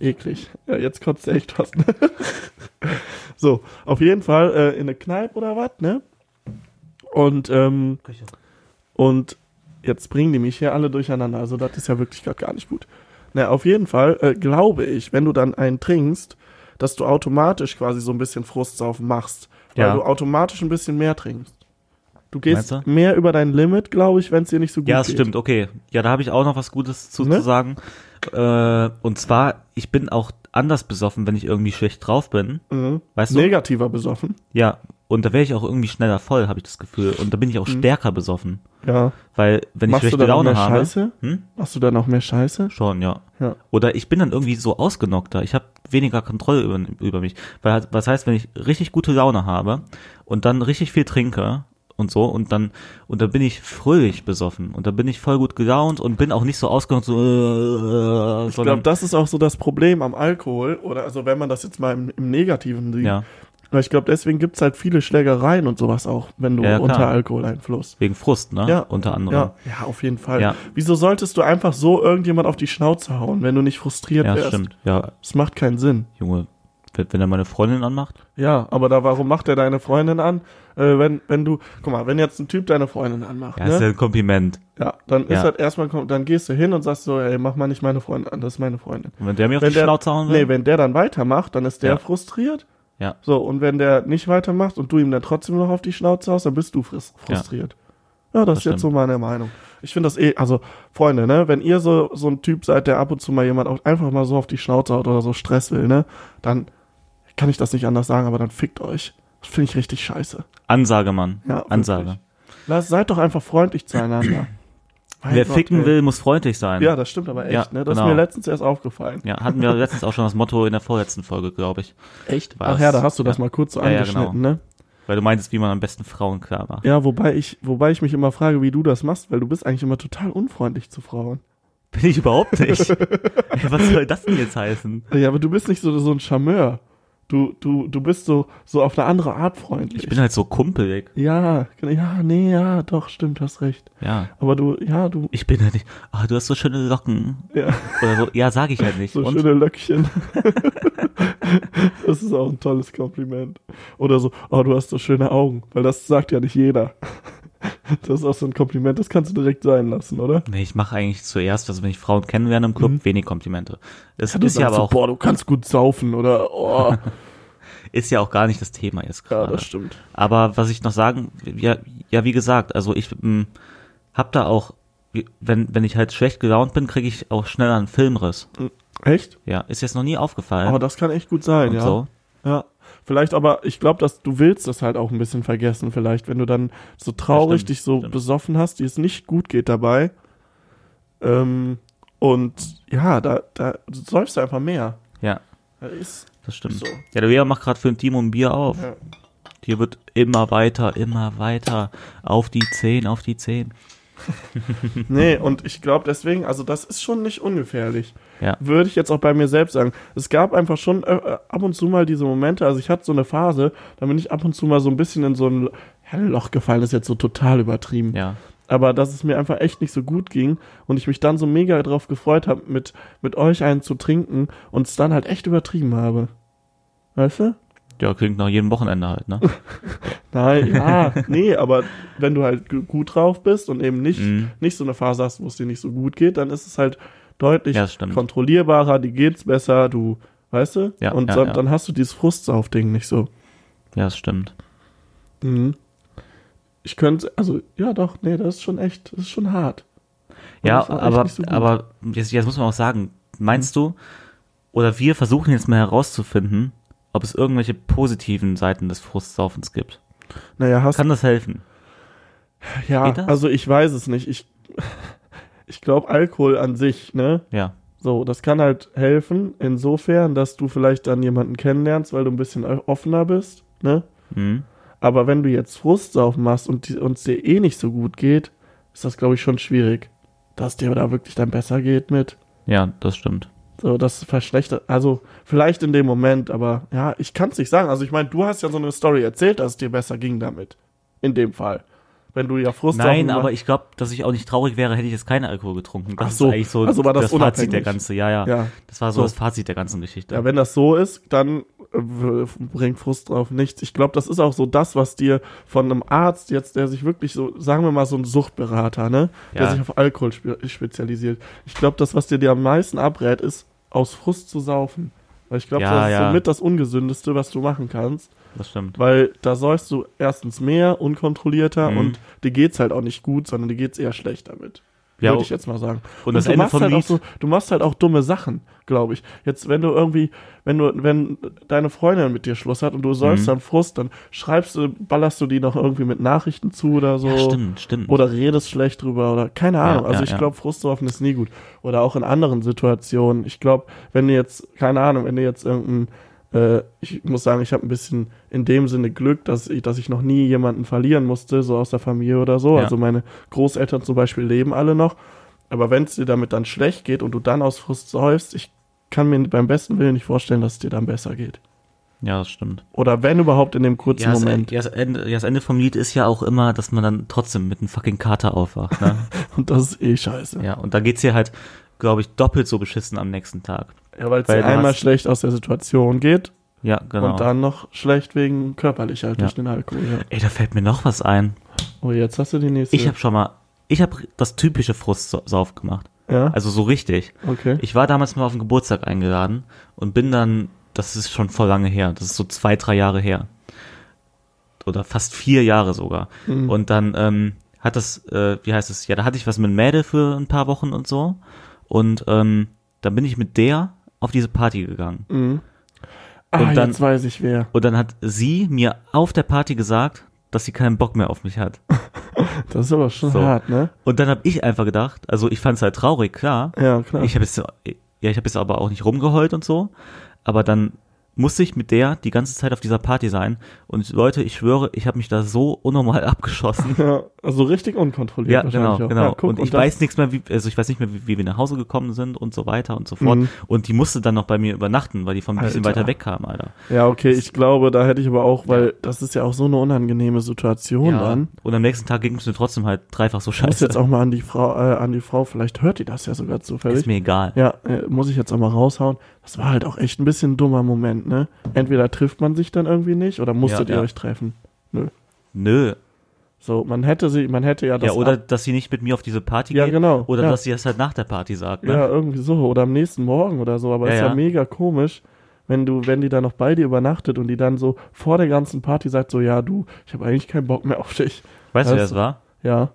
Speaker 2: Eklig. Ja, jetzt kotzt er echt was. Ne? so, auf jeden Fall äh, in eine Kneipe oder was, ne? Und, ähm, und jetzt bringen die mich hier alle durcheinander. Also, das ist ja wirklich grad gar nicht gut. Na, auf jeden Fall äh, glaube ich, wenn du dann einen trinkst, dass du automatisch quasi so ein bisschen Frustsaufen machst. Weil
Speaker 1: Ja.
Speaker 2: du automatisch ein bisschen mehr trinkst. Du gehst
Speaker 1: Meinst
Speaker 2: mehr über dein Limit, glaube ich, wenn es dir nicht so gut
Speaker 1: Ja,
Speaker 2: geht.
Speaker 1: es stimmt, okay. Ja, da habe ich auch noch was Gutes zu,
Speaker 2: Ne?
Speaker 1: zu sagen. Äh, und zwar, ich bin auch anders besoffen, wenn ich irgendwie schlecht drauf bin.
Speaker 2: Mhm.
Speaker 1: Weißt du?
Speaker 2: Negativer besoffen.
Speaker 1: Ja. Und da wäre ich auch irgendwie schneller voll, habe ich das Gefühl. Und da bin ich auch stärker besoffen.
Speaker 2: Ja.
Speaker 1: Weil, wenn
Speaker 2: Mhm. Machst
Speaker 1: ich
Speaker 2: du
Speaker 1: schlechte
Speaker 2: dann noch
Speaker 1: Laune
Speaker 2: mehr
Speaker 1: habe.
Speaker 2: Scheiße?
Speaker 1: Hm?
Speaker 2: Machst du da noch mehr Scheiße?
Speaker 1: Schon, ja.
Speaker 2: Ja.
Speaker 1: Oder ich bin dann irgendwie so ausgenockter. Ich habe weniger Kontrolle über, über mich. Weil, halt- was heißt, wenn ich richtig gute Laune habe und dann richtig viel trinke und so und dann und dann bin ich fröhlich besoffen und dann bin ich voll gut gelaunt und bin auch nicht so ausgenockt so äh,
Speaker 2: Ich glaube, das ist auch so das Problem am Alkohol. Oder also wenn man das jetzt mal im, im Negativen sieht.
Speaker 1: ja
Speaker 2: Weil ich glaube, deswegen gibt's halt viele Schlägereien und sowas auch, wenn du
Speaker 1: Ja, klar.
Speaker 2: unter Alkoholeinfluss.
Speaker 1: wegen Frust ne
Speaker 2: Ja.
Speaker 1: unter anderem
Speaker 2: Ja, ja, auf jeden Fall.
Speaker 1: Ja.
Speaker 2: Wieso solltest du einfach so irgendjemand auf die Schnauze hauen, wenn du nicht frustriert
Speaker 1: ja,
Speaker 2: wärst?
Speaker 1: stimmt ja
Speaker 2: Das macht keinen Sinn.
Speaker 1: Junge wenn wenn er meine Freundin anmacht
Speaker 2: Ja, aber da warum macht er deine Freundin an? Äh, wenn, wenn du, guck mal, wenn jetzt ein Typ deine Freundin anmacht,
Speaker 1: ja,
Speaker 2: ne?
Speaker 1: ist ja ein Kompliment
Speaker 2: ja dann ist
Speaker 1: Ja.
Speaker 2: halt erstmal, kom- dann gehst du hin und sagst so, ey, mach mal nicht meine Freundin an, das ist meine Freundin.
Speaker 1: und wenn der mir auf
Speaker 2: Wenn
Speaker 1: die
Speaker 2: der,
Speaker 1: Schnauze hauen will
Speaker 2: nee, wenn der dann weitermacht, dann ist der
Speaker 1: Ja.
Speaker 2: frustriert.
Speaker 1: ja
Speaker 2: So, und wenn der nicht weitermacht und du ihm dann trotzdem noch auf die Schnauze haust, dann bist du frus frustriert. Ja, das, ist jetzt so
Speaker 1: stimmt.
Speaker 2: meine Meinung. Ich finde das eh, also Freunde, ne, wenn ihr so, so ein Typ seid, der ab und zu mal jemand auch einfach mal so auf die Schnauze haut oder so Stress will, ne, dann kann ich das nicht anders sagen, aber dann fickt euch. Das finde ich richtig scheiße.
Speaker 1: Ansage Mann
Speaker 2: Ja, wirklich.
Speaker 1: Ansage
Speaker 2: Lasst, seid doch einfach freundlich zueinander.
Speaker 1: Wer
Speaker 2: Gott,
Speaker 1: ficken
Speaker 2: ey.
Speaker 1: will, muss freundlich sein.
Speaker 2: Ja, das stimmt aber echt,
Speaker 1: Ja,
Speaker 2: ne? Das
Speaker 1: genau.
Speaker 2: ist mir letztens erst aufgefallen.
Speaker 1: Ja, hatten wir letztens auch schon das Motto in der vorletzten Folge, glaube ich.
Speaker 2: Echt?
Speaker 1: Was?
Speaker 2: Ach ja, da hast du das
Speaker 1: Ja.
Speaker 2: mal kurz so
Speaker 1: Ja, genau. ja,
Speaker 2: angeschnitten, ne?
Speaker 1: Weil du meintest, wie man am besten Frauen klar macht.
Speaker 2: Ja, wobei ich, wobei ich mich immer frage, wie du das machst, weil du bist eigentlich immer total unfreundlich zu Frauen.
Speaker 1: Bin ich überhaupt nicht. Ey, Was soll das denn jetzt heißen?
Speaker 2: Ja, aber du bist nicht so, so ein Charmeur. Du, du, du bist so, so auf eine andere Art freundlich.
Speaker 1: Ich bin halt so kumpelig.
Speaker 2: ja, genau, ja, nee, ja, doch, stimmt, hast recht.
Speaker 1: Ja.
Speaker 2: Aber du, ja, du,
Speaker 1: Ich bin halt nicht. Ah, du hast so schöne Locken.
Speaker 2: ja,
Speaker 1: Oder so. Ja, sag ich halt nicht.
Speaker 2: so
Speaker 1: Und
Speaker 2: schöne Löckchen. das ist auch ein tolles Kompliment. Oder so, oh, du hast so schöne Augen, weil das sagt ja nicht jeder. Das ist auch so ein Kompliment, das kannst du direkt sein lassen, oder?
Speaker 1: nee, ich mache eigentlich zuerst, also wenn ich Frauen kennenlerne im Club, wenig Komplimente. Das
Speaker 2: Mhm. Du
Speaker 1: ist ja
Speaker 2: sagst
Speaker 1: aber
Speaker 2: so,
Speaker 1: auch,
Speaker 2: boah, du kannst gut saufen, oder? Oh.
Speaker 1: ist ja auch gar nicht das Thema jetzt
Speaker 2: ja,
Speaker 1: gerade.
Speaker 2: das stimmt.
Speaker 1: Aber was ich noch sagen, ja, ja wie gesagt, also ich m, hab da auch, wie- wenn, wenn ich halt schlecht gelaunt bin, kriege ich auch schneller einen Filmriss.
Speaker 2: Echt?
Speaker 1: Ja, ist jetzt noch nie aufgefallen.
Speaker 2: Oh, das kann echt gut sein,
Speaker 1: und
Speaker 2: ja.
Speaker 1: so.
Speaker 2: Ja, vielleicht aber, ich glaube, dass du willst das halt auch ein bisschen vergessen, vielleicht, wenn du dann so
Speaker 1: Ja,
Speaker 2: traurig
Speaker 1: stimmt,
Speaker 2: dich so
Speaker 1: stimmt.
Speaker 2: besoffen hast, die es nicht gut geht dabei. Ähm, und ja, da, da säufst du einfach mehr.
Speaker 1: Ja,
Speaker 2: Das ist
Speaker 1: das stimmt.
Speaker 2: So.
Speaker 1: Ja, der Lea macht gerade für den Timo ein Bier auf.
Speaker 2: Ja.
Speaker 1: Hier wird immer weiter, immer weiter. Auf die 10, auf die 10. Mhm.
Speaker 2: Nee, und ich glaube deswegen, also das ist schon nicht ungefährlich.
Speaker 1: Ja.
Speaker 2: Würde ich jetzt auch bei mir selbst sagen. Es gab einfach schon äh, äh, ab und zu mal diese Momente, also ich hatte so eine Phase, da bin ich ab und zu mal so ein bisschen in so ein ja, Loch gefallen, ist jetzt so total übertrieben.
Speaker 1: Ja.
Speaker 2: Aber dass es mir einfach echt nicht so gut ging und ich mich dann so mega drauf gefreut habe, mit, mit euch einen zu trinken und es dann halt echt übertrieben habe. Weißt du?
Speaker 1: Ja, klingt nach jedem Wochenende halt, ne?
Speaker 2: Nein, ja, nee, aber wenn du halt gu- gut drauf bist und eben nicht,
Speaker 1: Mhm.
Speaker 2: nicht so eine Phase hast, wo es dir nicht so gut geht, dann ist es halt deutlich
Speaker 1: Ja, das stimmt.
Speaker 2: kontrollierbarer, dir geht's besser, du, weißt du?
Speaker 1: Ja,
Speaker 2: und
Speaker 1: ja,
Speaker 2: dann,
Speaker 1: ja.
Speaker 2: dann hast du dieses Frustsauf-Ding nicht so.
Speaker 1: Ja, das stimmt.
Speaker 2: Mhm. Ich könnte, also, ja doch, nee, das ist schon echt, das ist schon hart. Und
Speaker 1: Ja,
Speaker 2: das war echt
Speaker 1: aber,
Speaker 2: nicht so gut.
Speaker 1: aber jetzt, jetzt muss man auch sagen, meinst du, oder wir versuchen jetzt mal herauszufinden, ob es irgendwelche positiven Seiten des Frustsaufens gibt.
Speaker 2: Naja, hast
Speaker 1: Kann das helfen?
Speaker 2: Ja,
Speaker 1: Geht das?
Speaker 2: also ich weiß es nicht. Ich, ich glaube, Alkohol an sich, ne?
Speaker 1: Ja,
Speaker 2: So, das kann halt helfen, insofern, dass du vielleicht dann jemanden kennenlernst, weil du ein bisschen offener bist, ne?
Speaker 1: mhm.
Speaker 2: Aber wenn du jetzt Frust aufmachst und uns dir eh nicht so gut geht, ist das, glaube ich, schon schwierig, dass dir da wirklich dann besser geht mit.
Speaker 1: ja, das stimmt.
Speaker 2: So, das verschlechtert, also vielleicht in dem Moment, aber ja, ich kann es nicht sagen. Also ich meine, du hast ja so eine Story erzählt, dass es dir besser ging damit. In dem Fall. Wenn du ja Frust
Speaker 1: Nein,
Speaker 2: aufmachst-
Speaker 1: aber ich glaube, dass ich auch nicht traurig wäre, hätte ich jetzt keinen Alkohol getrunken. Das
Speaker 2: Ach so,
Speaker 1: ist eigentlich so
Speaker 2: also war das
Speaker 1: Fazit
Speaker 2: unabhängig.
Speaker 1: der ganzen, ja, ja,
Speaker 2: Ja.
Speaker 1: Das war so,
Speaker 2: So.
Speaker 1: das Fazit der ganzen Geschichte.
Speaker 2: Ja, wenn das so ist, dann äh, w- bringt Frust drauf nichts. Ich glaube, das ist auch so das, was dir von einem Arzt jetzt, der sich wirklich so, sagen wir mal, so ein Suchtberater, ne,
Speaker 1: Ja.
Speaker 2: der sich auf Alkohol spe spezialisiert. Ich glaube, das, was dir, dir am meisten abrät, ist, aus Frust zu saufen. Weil ich glaube,
Speaker 1: Ja,
Speaker 2: das ist
Speaker 1: ja.
Speaker 2: somit das Ungesündeste, was du machen kannst.
Speaker 1: das stimmt.
Speaker 2: Weil da säufst du erstens mehr, unkontrollierter
Speaker 1: Mhm.
Speaker 2: und dir geht's halt auch nicht gut, sondern dir geht's eher schlecht damit.
Speaker 1: Ja, oh.
Speaker 2: würde ich jetzt mal sagen.
Speaker 1: und das
Speaker 2: du
Speaker 1: Ende
Speaker 2: machst
Speaker 1: vom
Speaker 2: halt
Speaker 1: Lied-
Speaker 2: auch so, Du machst halt auch dumme Sachen, glaube ich. Jetzt, wenn du irgendwie, wenn du, wenn deine Freundin mit dir Schluss hat und du säufst
Speaker 1: Mhm.
Speaker 2: dann Frust, dann schreibst du, ballerst du die noch irgendwie mit Nachrichten zu oder so.
Speaker 1: ja, stimmt, stimmt.
Speaker 2: Oder redest schlecht drüber oder keine Ahnung.
Speaker 1: Hm.
Speaker 2: also
Speaker 1: ja,
Speaker 2: ich
Speaker 1: ja.
Speaker 2: glaube, Frusthaufen ist nie gut. Oder auch in anderen Situationen. Ich glaube, wenn du jetzt, keine Ahnung, wenn du jetzt irgendein, äh, ich muss sagen, ich habe ein bisschen in dem Sinne Glück, dass ich, dass ich noch nie jemanden verlieren musste, so aus der Familie oder so.
Speaker 1: Ja.
Speaker 2: Also meine Großeltern zum Beispiel leben alle noch. Aber wenn es dir damit dann schlecht geht und du dann aus Frust säufst, ich kann mir beim besten Willen nicht vorstellen, dass es dir dann besser geht.
Speaker 1: ja, das stimmt.
Speaker 2: Oder wenn überhaupt in dem kurzen
Speaker 1: Ja, das,
Speaker 2: Moment.
Speaker 1: ja, das, Ende, ja, das Ende vom Lied ist ja auch immer, dass man dann trotzdem mit einem fucking Kater aufwacht. Ne?
Speaker 2: Und das ist eh scheiße.
Speaker 1: ja, und da geht's hier halt, glaube ich, doppelt so beschissen am nächsten Tag.
Speaker 2: Ja, weil's
Speaker 1: Weil
Speaker 2: weil es
Speaker 1: du
Speaker 2: einmal
Speaker 1: hast-
Speaker 2: schlecht aus der Situation geht
Speaker 1: Ja, genau.
Speaker 2: Und dann noch schlecht wegen körperlicher halt
Speaker 1: Ja.
Speaker 2: durch den Alkohol. Ja.
Speaker 1: Ey, da fällt mir noch was ein.
Speaker 2: Oh, jetzt hast du die nächste.
Speaker 1: Ich habe schon mal, ich habe das typische Frustsauf gemacht.
Speaker 2: ja,
Speaker 1: Also so richtig.
Speaker 2: okay.
Speaker 1: Ich war damals mal auf den Geburtstag eingeladen und bin dann, das ist schon voll lange her, das ist so zwei, drei Jahre her. Oder fast vier Jahre sogar.
Speaker 2: Mhm.
Speaker 1: Und dann ähm, hat das, äh, wie heißt es, ja, da hatte ich was mit Mädel für ein paar Wochen und so. Und ähm, dann bin ich mit der auf diese Party gegangen.
Speaker 2: ah,
Speaker 1: und dann-
Speaker 2: jetzt weiß ich wer.
Speaker 1: Und dann hat sie mir auf der Party gesagt, dass sie keinen Bock mehr auf mich hat.
Speaker 2: Das ist aber schon
Speaker 1: So.
Speaker 2: hart, ne?
Speaker 1: Und dann habe ich einfach gedacht, also ich fand es halt traurig, klar.
Speaker 2: Ja, klar.
Speaker 1: Ich habe jetzt, ja, ich habe jetzt aber auch nicht rumgeheult und so. Aber dann musste ich mit der die ganze Zeit auf dieser Party sein. Und Leute, ich schwöre, ich habe mich da so unnormal abgeschossen.
Speaker 2: ja, also richtig unkontrolliert
Speaker 1: Ja, genau,
Speaker 2: wahrscheinlich auch.
Speaker 1: genau.
Speaker 2: Ja, guck,
Speaker 1: und ich
Speaker 2: das-
Speaker 1: weiß nichts mehr, wie, also ich weiß nicht mehr, wie, wie wir nach Hause gekommen sind und so weiter und so fort.
Speaker 2: Mhm.
Speaker 1: Und die musste dann noch bei mir übernachten, weil die von ein bisschen
Speaker 2: Alter.
Speaker 1: weiter weg kam, Alter.
Speaker 2: Ja, okay, ich glaube, da hätte ich aber auch, weil das ist ja auch so eine unangenehme Situation
Speaker 1: Ja.
Speaker 2: dann.
Speaker 1: Und am nächsten Tag ging es mir trotzdem halt dreifach so
Speaker 2: Ich muss
Speaker 1: scheiße.
Speaker 2: jetzt auch mal an die Frau, äh, an die Frau, vielleicht hört die das ja sogar zufällig.
Speaker 1: Ist mir egal.
Speaker 2: Ja, äh, muss ich jetzt auch mal raushauen. Das war halt auch echt ein bisschen ein dummer Moment, ne? Entweder trifft man sich dann irgendwie nicht oder musstet
Speaker 1: Ja,
Speaker 2: ihr
Speaker 1: ja.
Speaker 2: euch treffen.
Speaker 1: Nö.
Speaker 2: So, man hätte sie, man hätte ja das.
Speaker 1: ja, oder
Speaker 2: ab-
Speaker 1: dass sie nicht mit mir auf diese Party
Speaker 2: Ja,
Speaker 1: geht.
Speaker 2: genau,
Speaker 1: Oder
Speaker 2: ja.
Speaker 1: dass sie das halt nach der Party sagt. Ne?
Speaker 2: ja, irgendwie so. Oder am nächsten Morgen oder so, aber
Speaker 1: Ja,
Speaker 2: ist ja,
Speaker 1: ja.
Speaker 2: mega komisch, wenn du, wenn die dann noch bei dir übernachtet und die dann so vor der ganzen Party sagt, so ja du, ich habe eigentlich keinen Bock mehr auf dich.
Speaker 1: Weißt du, wer
Speaker 2: Das-
Speaker 1: das war?
Speaker 2: Ja.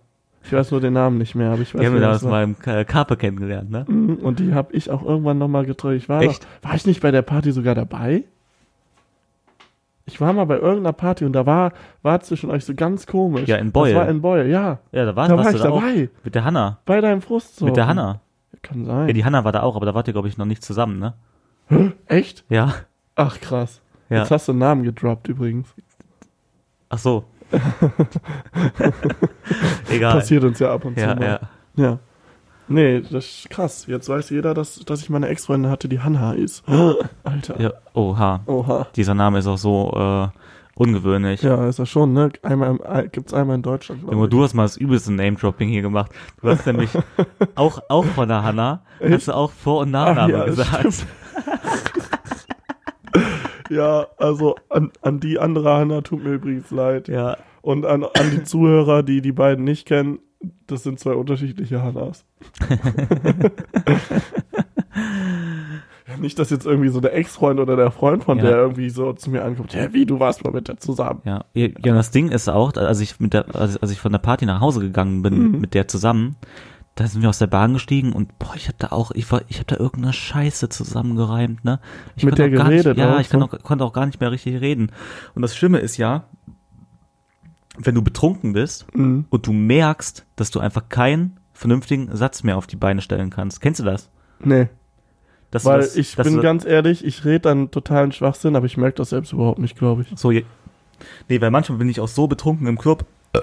Speaker 2: Ich weiß nur den Namen nicht mehr, aber ich weiß
Speaker 1: Die haben wir
Speaker 2: wer
Speaker 1: damals
Speaker 2: das war.
Speaker 1: mal im Ka- Carpe kennengelernt, ne?
Speaker 2: Mhm, Und die habe ich auch irgendwann nochmal getroffen. Ich war
Speaker 1: Echt?
Speaker 2: Doch, war ich nicht bei der Party sogar dabei? Ich war mal bei irgendeiner Party und da war, war zwischen euch so ganz komisch.
Speaker 1: Ja, in Beul.
Speaker 2: Das war in Beul, ja.
Speaker 1: Ja, da war,
Speaker 2: da
Speaker 1: warst
Speaker 2: war
Speaker 1: du
Speaker 2: ich
Speaker 1: da
Speaker 2: dabei.
Speaker 1: auch. Mit der Hanna.
Speaker 2: Bei deinem Frust.
Speaker 1: Mit der Hanna.
Speaker 2: Kann
Speaker 1: Ja,
Speaker 2: sein.
Speaker 1: die Hanna war da auch, aber da wart ihr, glaube ich, noch nicht zusammen, ne?
Speaker 2: Echt?
Speaker 1: Ja.
Speaker 2: Ach, krass.
Speaker 1: Ja.
Speaker 2: Jetzt hast du einen Namen gedroppt übrigens.
Speaker 1: Ach so. Egal.
Speaker 2: Passiert uns ja ab und zu
Speaker 1: Ah, ja,
Speaker 2: mal.
Speaker 1: ja.
Speaker 2: ja. Nee, das ist krass. Jetzt weiß jeder, dass, dass ich meine Ex-Freundin hatte, die Hanna ist. Alter.
Speaker 1: ja. Oha.
Speaker 2: Oha.
Speaker 1: Dieser Name ist auch so äh, ungewöhnlich.
Speaker 2: Ja, ist das schon, ne? Einmal im, gibt's einmal in Deutschland, glaub
Speaker 1: Junge,
Speaker 2: ich.
Speaker 1: du hast mal das übelste Name-Dropping hier gemacht. Du hast nämlich auch, auch von der Hanna, hast du auch Vor- und Nachname
Speaker 2: Ah, ja,
Speaker 1: gesagt.
Speaker 2: Ja, also an, an die andere Hanna tut mir übrigens leid.
Speaker 1: Ja.
Speaker 2: Und an, an die Zuhörer, die die beiden nicht kennen, das sind zwei unterschiedliche Hannas. ja, nicht, dass jetzt irgendwie so der Ex-Freund oder der Freund von
Speaker 1: Ja.
Speaker 2: der irgendwie so zu mir ankommt, hä, wie, du warst mal mit der zusammen.
Speaker 1: Ja, ja, ja, das Ding ist auch, als ich mit der, als, als ich von der Party nach Hause gegangen bin
Speaker 2: Mhm.
Speaker 1: mit der zusammen, da sind wir aus der Bahn gestiegen und boah, ich hab da auch, ich war, ich hab da irgendeine Scheiße zusammengereimt, ne? Ich
Speaker 2: Mit
Speaker 1: konnte
Speaker 2: der
Speaker 1: auch gar
Speaker 2: geredet
Speaker 1: nicht,
Speaker 2: auch,
Speaker 1: ja, ich kann
Speaker 2: ne?
Speaker 1: auch, konnte auch gar nicht mehr richtig reden. Und das Schlimme ist ja, wenn du betrunken bist
Speaker 2: Mhm.
Speaker 1: und du merkst, dass du einfach keinen vernünftigen Satz mehr auf die Beine stellen kannst. Kennst du das?
Speaker 2: Nee,
Speaker 1: Dass du
Speaker 2: weil
Speaker 1: das,
Speaker 2: ich
Speaker 1: dass
Speaker 2: bin
Speaker 1: du,
Speaker 2: ganz ehrlich, ich rede dann totalen Schwachsinn, aber ich merke das selbst überhaupt nicht, glaube ich.
Speaker 1: so, je- nee, weil manchmal bin ich auch so betrunken im Club, äh,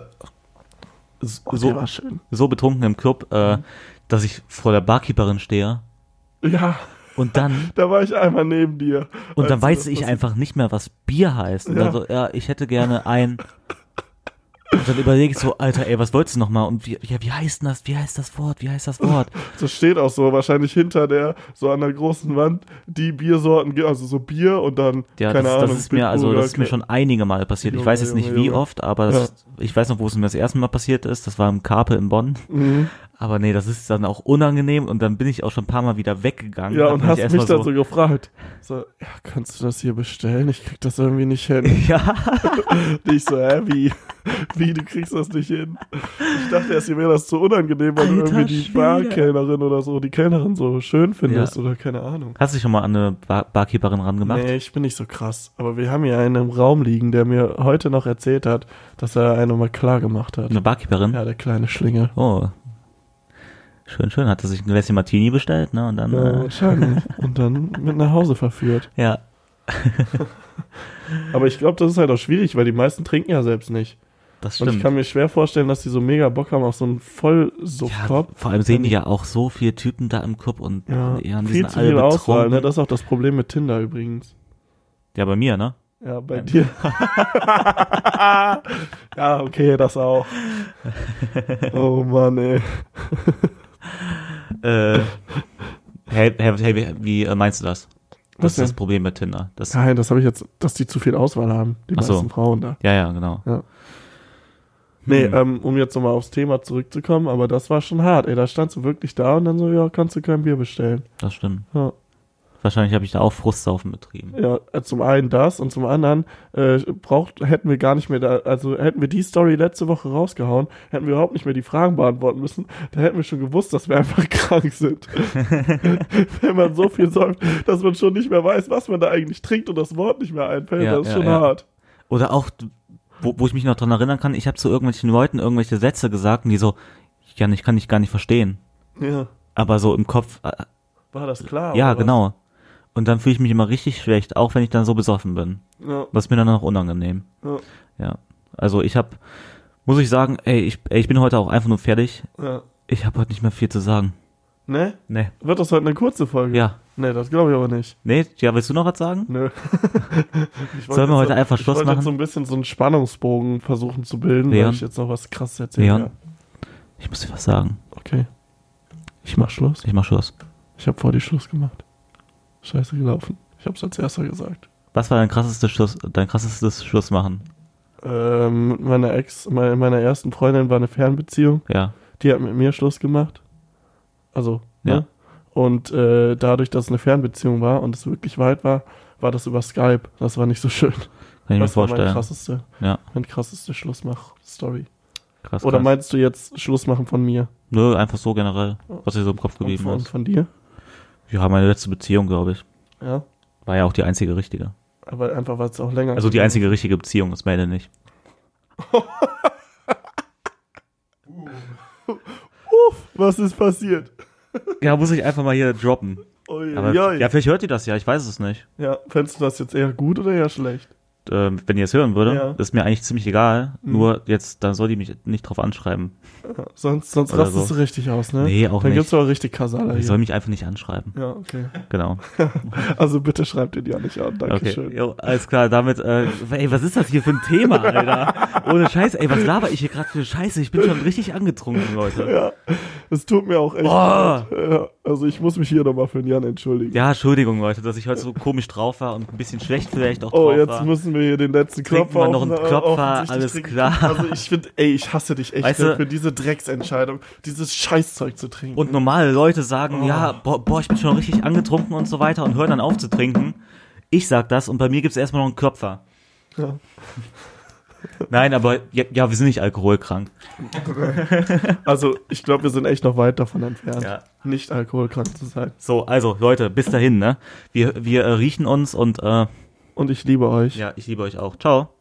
Speaker 1: so,
Speaker 2: der war schön.
Speaker 1: so betrunken im Club,
Speaker 2: Mhm.
Speaker 1: äh, dass ich vor der Barkeeperin stehe
Speaker 2: Ja,
Speaker 1: und dann
Speaker 2: da war ich einmal neben dir.
Speaker 1: und dann
Speaker 2: Als
Speaker 1: weiß
Speaker 2: du
Speaker 1: ich
Speaker 2: das-
Speaker 1: einfach nicht mehr, was Bier heißt. Und
Speaker 2: Ja.
Speaker 1: dann so, ja, ich hätte gerne ein und dann überlege ich so, Alter, ey, was wolltest du nochmal? Und wie, ja, wie heißt denn das? Wie heißt das Wort? Wie heißt das Wort?
Speaker 2: Das steht auch so wahrscheinlich hinter der, so an der großen Wand, die Biersorten, ge- also so Bier und dann,
Speaker 1: Ja,
Speaker 2: keine
Speaker 1: das,
Speaker 2: Ahnung.
Speaker 1: das ist mir, also
Speaker 2: Bitburger,
Speaker 1: das ist mir schon einige Mal passiert. Ich
Speaker 2: Junge,
Speaker 1: weiß jetzt nicht
Speaker 2: Junge,
Speaker 1: wie
Speaker 2: Junge.
Speaker 1: oft, aber das, ich weiß noch, wo es mir das erste Mal passiert ist. Das war im Karpe in Bonn.
Speaker 2: Mhm.
Speaker 1: Aber nee, das ist dann auch unangenehm und dann bin ich auch schon ein paar Mal wieder weggegangen.
Speaker 2: Ja,
Speaker 1: Hab
Speaker 2: und hast
Speaker 1: erst
Speaker 2: mich
Speaker 1: mal
Speaker 2: dann so gefragt. So, ja, kannst du das hier bestellen? Ich krieg das irgendwie nicht hin.
Speaker 1: ja,
Speaker 2: Und ich so, hä, wie? Wie, du kriegst das nicht hin? Ich dachte erst, dir wäre das zu unangenehm, weil du
Speaker 1: Alter
Speaker 2: irgendwie die
Speaker 1: Schwede.
Speaker 2: Barkellnerin oder so, die Kellnerin so schön findest
Speaker 1: Ja.
Speaker 2: oder keine Ahnung.
Speaker 1: Hast du dich schon mal an eine Bar Barkeeperin rangemacht?
Speaker 2: Nee, ich bin nicht so krass. Aber wir haben hier einen im Raum liegen, der mir heute noch erzählt hat, dass er eine mal klar gemacht hat.
Speaker 1: Eine Barkeeperin?
Speaker 2: Ja, der kleine Schlinge.
Speaker 1: Oh. Schön, schön. Hat er sich ein Gläschen Martini bestellt, ne? Und dann.
Speaker 2: Ja,
Speaker 1: Ja. Äh,
Speaker 2: wahrscheinlich. Und dann mit nach Hause verführt.
Speaker 1: ja.
Speaker 2: Aber ich glaube, das ist halt auch schwierig, weil die meisten trinken ja selbst nicht.
Speaker 1: Das
Speaker 2: Und
Speaker 1: stimmt.
Speaker 2: ich kann mir schwer vorstellen, dass die so mega Bock haben auf so einen
Speaker 1: ja,
Speaker 2: Vollsuffkopf.
Speaker 1: vor allem sehen die ja auch so viele Typen da im Club und
Speaker 2: Ja,
Speaker 1: die haben- die
Speaker 2: viel
Speaker 1: sind
Speaker 2: zu
Speaker 1: alle
Speaker 2: viel Auswahl.
Speaker 1: betrunken.
Speaker 2: Ne? Das ist auch das Problem mit Tinder übrigens.
Speaker 1: ja, bei mir, ne?
Speaker 2: Ja, bei dir. ja, okay, das auch. Oh Mann, ey.
Speaker 1: Äh, hey, hey, hey, wie- wie äh, meinst du das?
Speaker 2: Was
Speaker 1: Das ist das
Speaker 2: denn?
Speaker 1: Problem bei Tinder. Das, ja.
Speaker 2: Nein, das habe ich jetzt, dass die zu viel Auswahl haben, die
Speaker 1: Ach so.
Speaker 2: meisten Frauen da.
Speaker 1: ja, genau.
Speaker 2: Nee,
Speaker 1: Hm.
Speaker 2: ähm, um jetzt nochmal aufs Thema zurückzukommen, aber das war schon hart, ey. Da standst du wirklich da und dann so, ja, kannst du kein Bier bestellen.
Speaker 1: Das stimmt.
Speaker 2: Ja.
Speaker 1: Wahrscheinlich habe ich da auch Frustsaufen betrieben.
Speaker 2: Ja, äh, zum einen das und zum anderen äh, braucht, hätten wir gar nicht mehr da, also hätten wir die Story letzte Woche rausgehauen, hätten wir überhaupt nicht mehr die Fragen beantworten müssen, da hätten wir schon gewusst, dass wir einfach krank sind. Wenn man so viel säuft, dass man schon nicht mehr weiß, was man da eigentlich trinkt und das Wort nicht mehr einfällt,
Speaker 1: Ja,
Speaker 2: das ist
Speaker 1: ja,
Speaker 2: schon
Speaker 1: ja.
Speaker 2: hart.
Speaker 1: Oder auch, wo, wo ich mich noch dran erinnern kann, ich habe zu irgendwelchen Leuten irgendwelche Sätze gesagt und die so, Jan, ich kann dich gar nicht verstehen.
Speaker 2: Ja.
Speaker 1: Aber so im Kopf, äh,
Speaker 2: War das klar?
Speaker 1: ja,
Speaker 2: oder Oh, was?
Speaker 1: genau. Und dann fühle ich mich immer richtig schlecht, auch wenn ich dann so besoffen bin.
Speaker 2: Ja,
Speaker 1: Was mir dann auch unangenehm.
Speaker 2: ja,
Speaker 1: Ja. Also ich habe, muss ich sagen, ey ich, ey, ich bin heute auch einfach nur fertig.
Speaker 2: ja.
Speaker 1: Ich habe heute nicht mehr viel zu sagen.
Speaker 2: Ne?
Speaker 1: Nee.
Speaker 2: Wird das heute eine kurze Folge?
Speaker 1: Ja.
Speaker 2: Ne, das glaube ich aber nicht.
Speaker 1: Nee, ja, willst du noch was sagen?
Speaker 2: Nö. Ich Ne? wollte
Speaker 1: Sollen wir heute
Speaker 2: jetzt so,
Speaker 1: einfach
Speaker 2: ich
Speaker 1: Schluss
Speaker 2: wollte
Speaker 1: machen?
Speaker 2: Jetzt so ein bisschen so einen Spannungsbogen versuchen zu bilden,
Speaker 1: Leon?
Speaker 2: weil ich jetzt noch was krasses erzählen
Speaker 1: Leon?
Speaker 2: kann.
Speaker 1: Ich muss dir was sagen.
Speaker 2: Okay. Ich mach Schluss.
Speaker 1: Ich mach Schluss.
Speaker 2: Ich habe vor dir Schluss gemacht. Scheiße gelaufen. Ich hab's als erster gesagt.
Speaker 1: Was war dein krassestes Schluss, dein krassestes Schlussmachen?
Speaker 2: Ähm, mit meiner Ex, meine, meiner ersten Freundin war eine Fernbeziehung.
Speaker 1: Ja.
Speaker 2: Die hat mit mir Schluss gemacht. Also, ne?
Speaker 1: Ja.
Speaker 2: Und äh, dadurch, dass es eine Fernbeziehung war und es wirklich weit war, war das über Skype. Das war nicht so schön.
Speaker 1: Kann ich mir
Speaker 2: das war mein
Speaker 1: vorstellen.
Speaker 2: krasseste,
Speaker 1: Ja.
Speaker 2: mein krasseste Schlussmach-Story.
Speaker 1: Krass,
Speaker 2: Oder
Speaker 1: krass.
Speaker 2: meinst du jetzt Schluss machen von mir
Speaker 1: Nö, Ne, einfach so generell, was dir so im Kopf
Speaker 2: und
Speaker 1: geblieben
Speaker 2: von,
Speaker 1: ist.
Speaker 2: von dir?
Speaker 1: Ja, meine letzte Beziehung, glaube ich.
Speaker 2: Ja,
Speaker 1: War ja auch die einzige richtige.
Speaker 2: aber einfach weil es auch länger.
Speaker 1: Also die einzige richtige Beziehung ist meine nicht.
Speaker 2: Was ist passiert?
Speaker 1: Ja, muss ich einfach mal hier droppen.
Speaker 2: Ui,
Speaker 1: Aber,
Speaker 2: ja,
Speaker 1: ja,
Speaker 2: ja.
Speaker 1: vielleicht hört ihr das ja, ich weiß es nicht.
Speaker 2: ja, fändest du das jetzt eher gut oder eher schlecht?
Speaker 1: Ähm, wenn ihr es hören würde,
Speaker 2: Ja. Hm.
Speaker 1: ist mir eigentlich ziemlich egal. Nur jetzt, dann soll die mich nicht drauf anschreiben.
Speaker 2: Ja, sonst sonst
Speaker 1: Oder
Speaker 2: rastest
Speaker 1: so.
Speaker 2: du richtig aus, ne?
Speaker 1: Nee, auch
Speaker 2: Dann
Speaker 1: nicht.
Speaker 2: gibt's aber richtig Kasala
Speaker 1: Die soll
Speaker 2: hier.
Speaker 1: mich einfach nicht anschreiben.
Speaker 2: Ja, okay.
Speaker 1: Genau.
Speaker 2: Also bitte schreibt ihr die auch nicht an.
Speaker 1: Okay.
Speaker 2: Dankeschön.
Speaker 1: Jo, alles klar, damit, äh, ey, was ist das hier für ein Thema, Alter? Ohne Scheiß, ey, was laber ich hier gerade für eine Scheiße? Ich bin schon richtig angetrunken, Leute.
Speaker 2: Ja, es tut mir auch echt
Speaker 1: Boah.
Speaker 2: leid. Ja, also ich muss mich hier nochmal für den Jan entschuldigen.
Speaker 1: Ja, Entschuldigung, Leute, dass ich heute so komisch drauf war und ein bisschen schlecht vielleicht auch
Speaker 2: Oh,
Speaker 1: drauf
Speaker 2: jetzt
Speaker 1: war.
Speaker 2: müssen wir hier den letzten
Speaker 1: Trinken
Speaker 2: Klopfer
Speaker 1: wir noch einen
Speaker 2: auf-
Speaker 1: Klopfer,
Speaker 2: offensichtlich
Speaker 1: alles
Speaker 2: trinken.
Speaker 1: klar.
Speaker 2: Also ich finde, ey, ich hasse dich echt
Speaker 1: Weißt
Speaker 2: ne,
Speaker 1: du-
Speaker 2: für diese Drecksentscheidung, dieses Scheißzeug zu trinken.
Speaker 1: und normale Leute
Speaker 2: Oh.
Speaker 1: sagen, ja, boah, boah, ich bin schon richtig angetrunken und so weiter und hören dann auf zu trinken. Ich sag das und bei mir gibt's erstmal noch einen Klopfer.
Speaker 2: Ja.
Speaker 1: Nein, aber ja, ja, wir sind nicht alkoholkrank.
Speaker 2: Also ich glaube, wir sind echt noch weit davon entfernt,
Speaker 1: Ja.
Speaker 2: nicht alkoholkrank zu sein.
Speaker 1: So, also Leute, bis dahin, ne? Wir, wir äh, riechen uns und äh,
Speaker 2: Und ich liebe euch.
Speaker 1: ja, ich liebe euch auch. Ciao.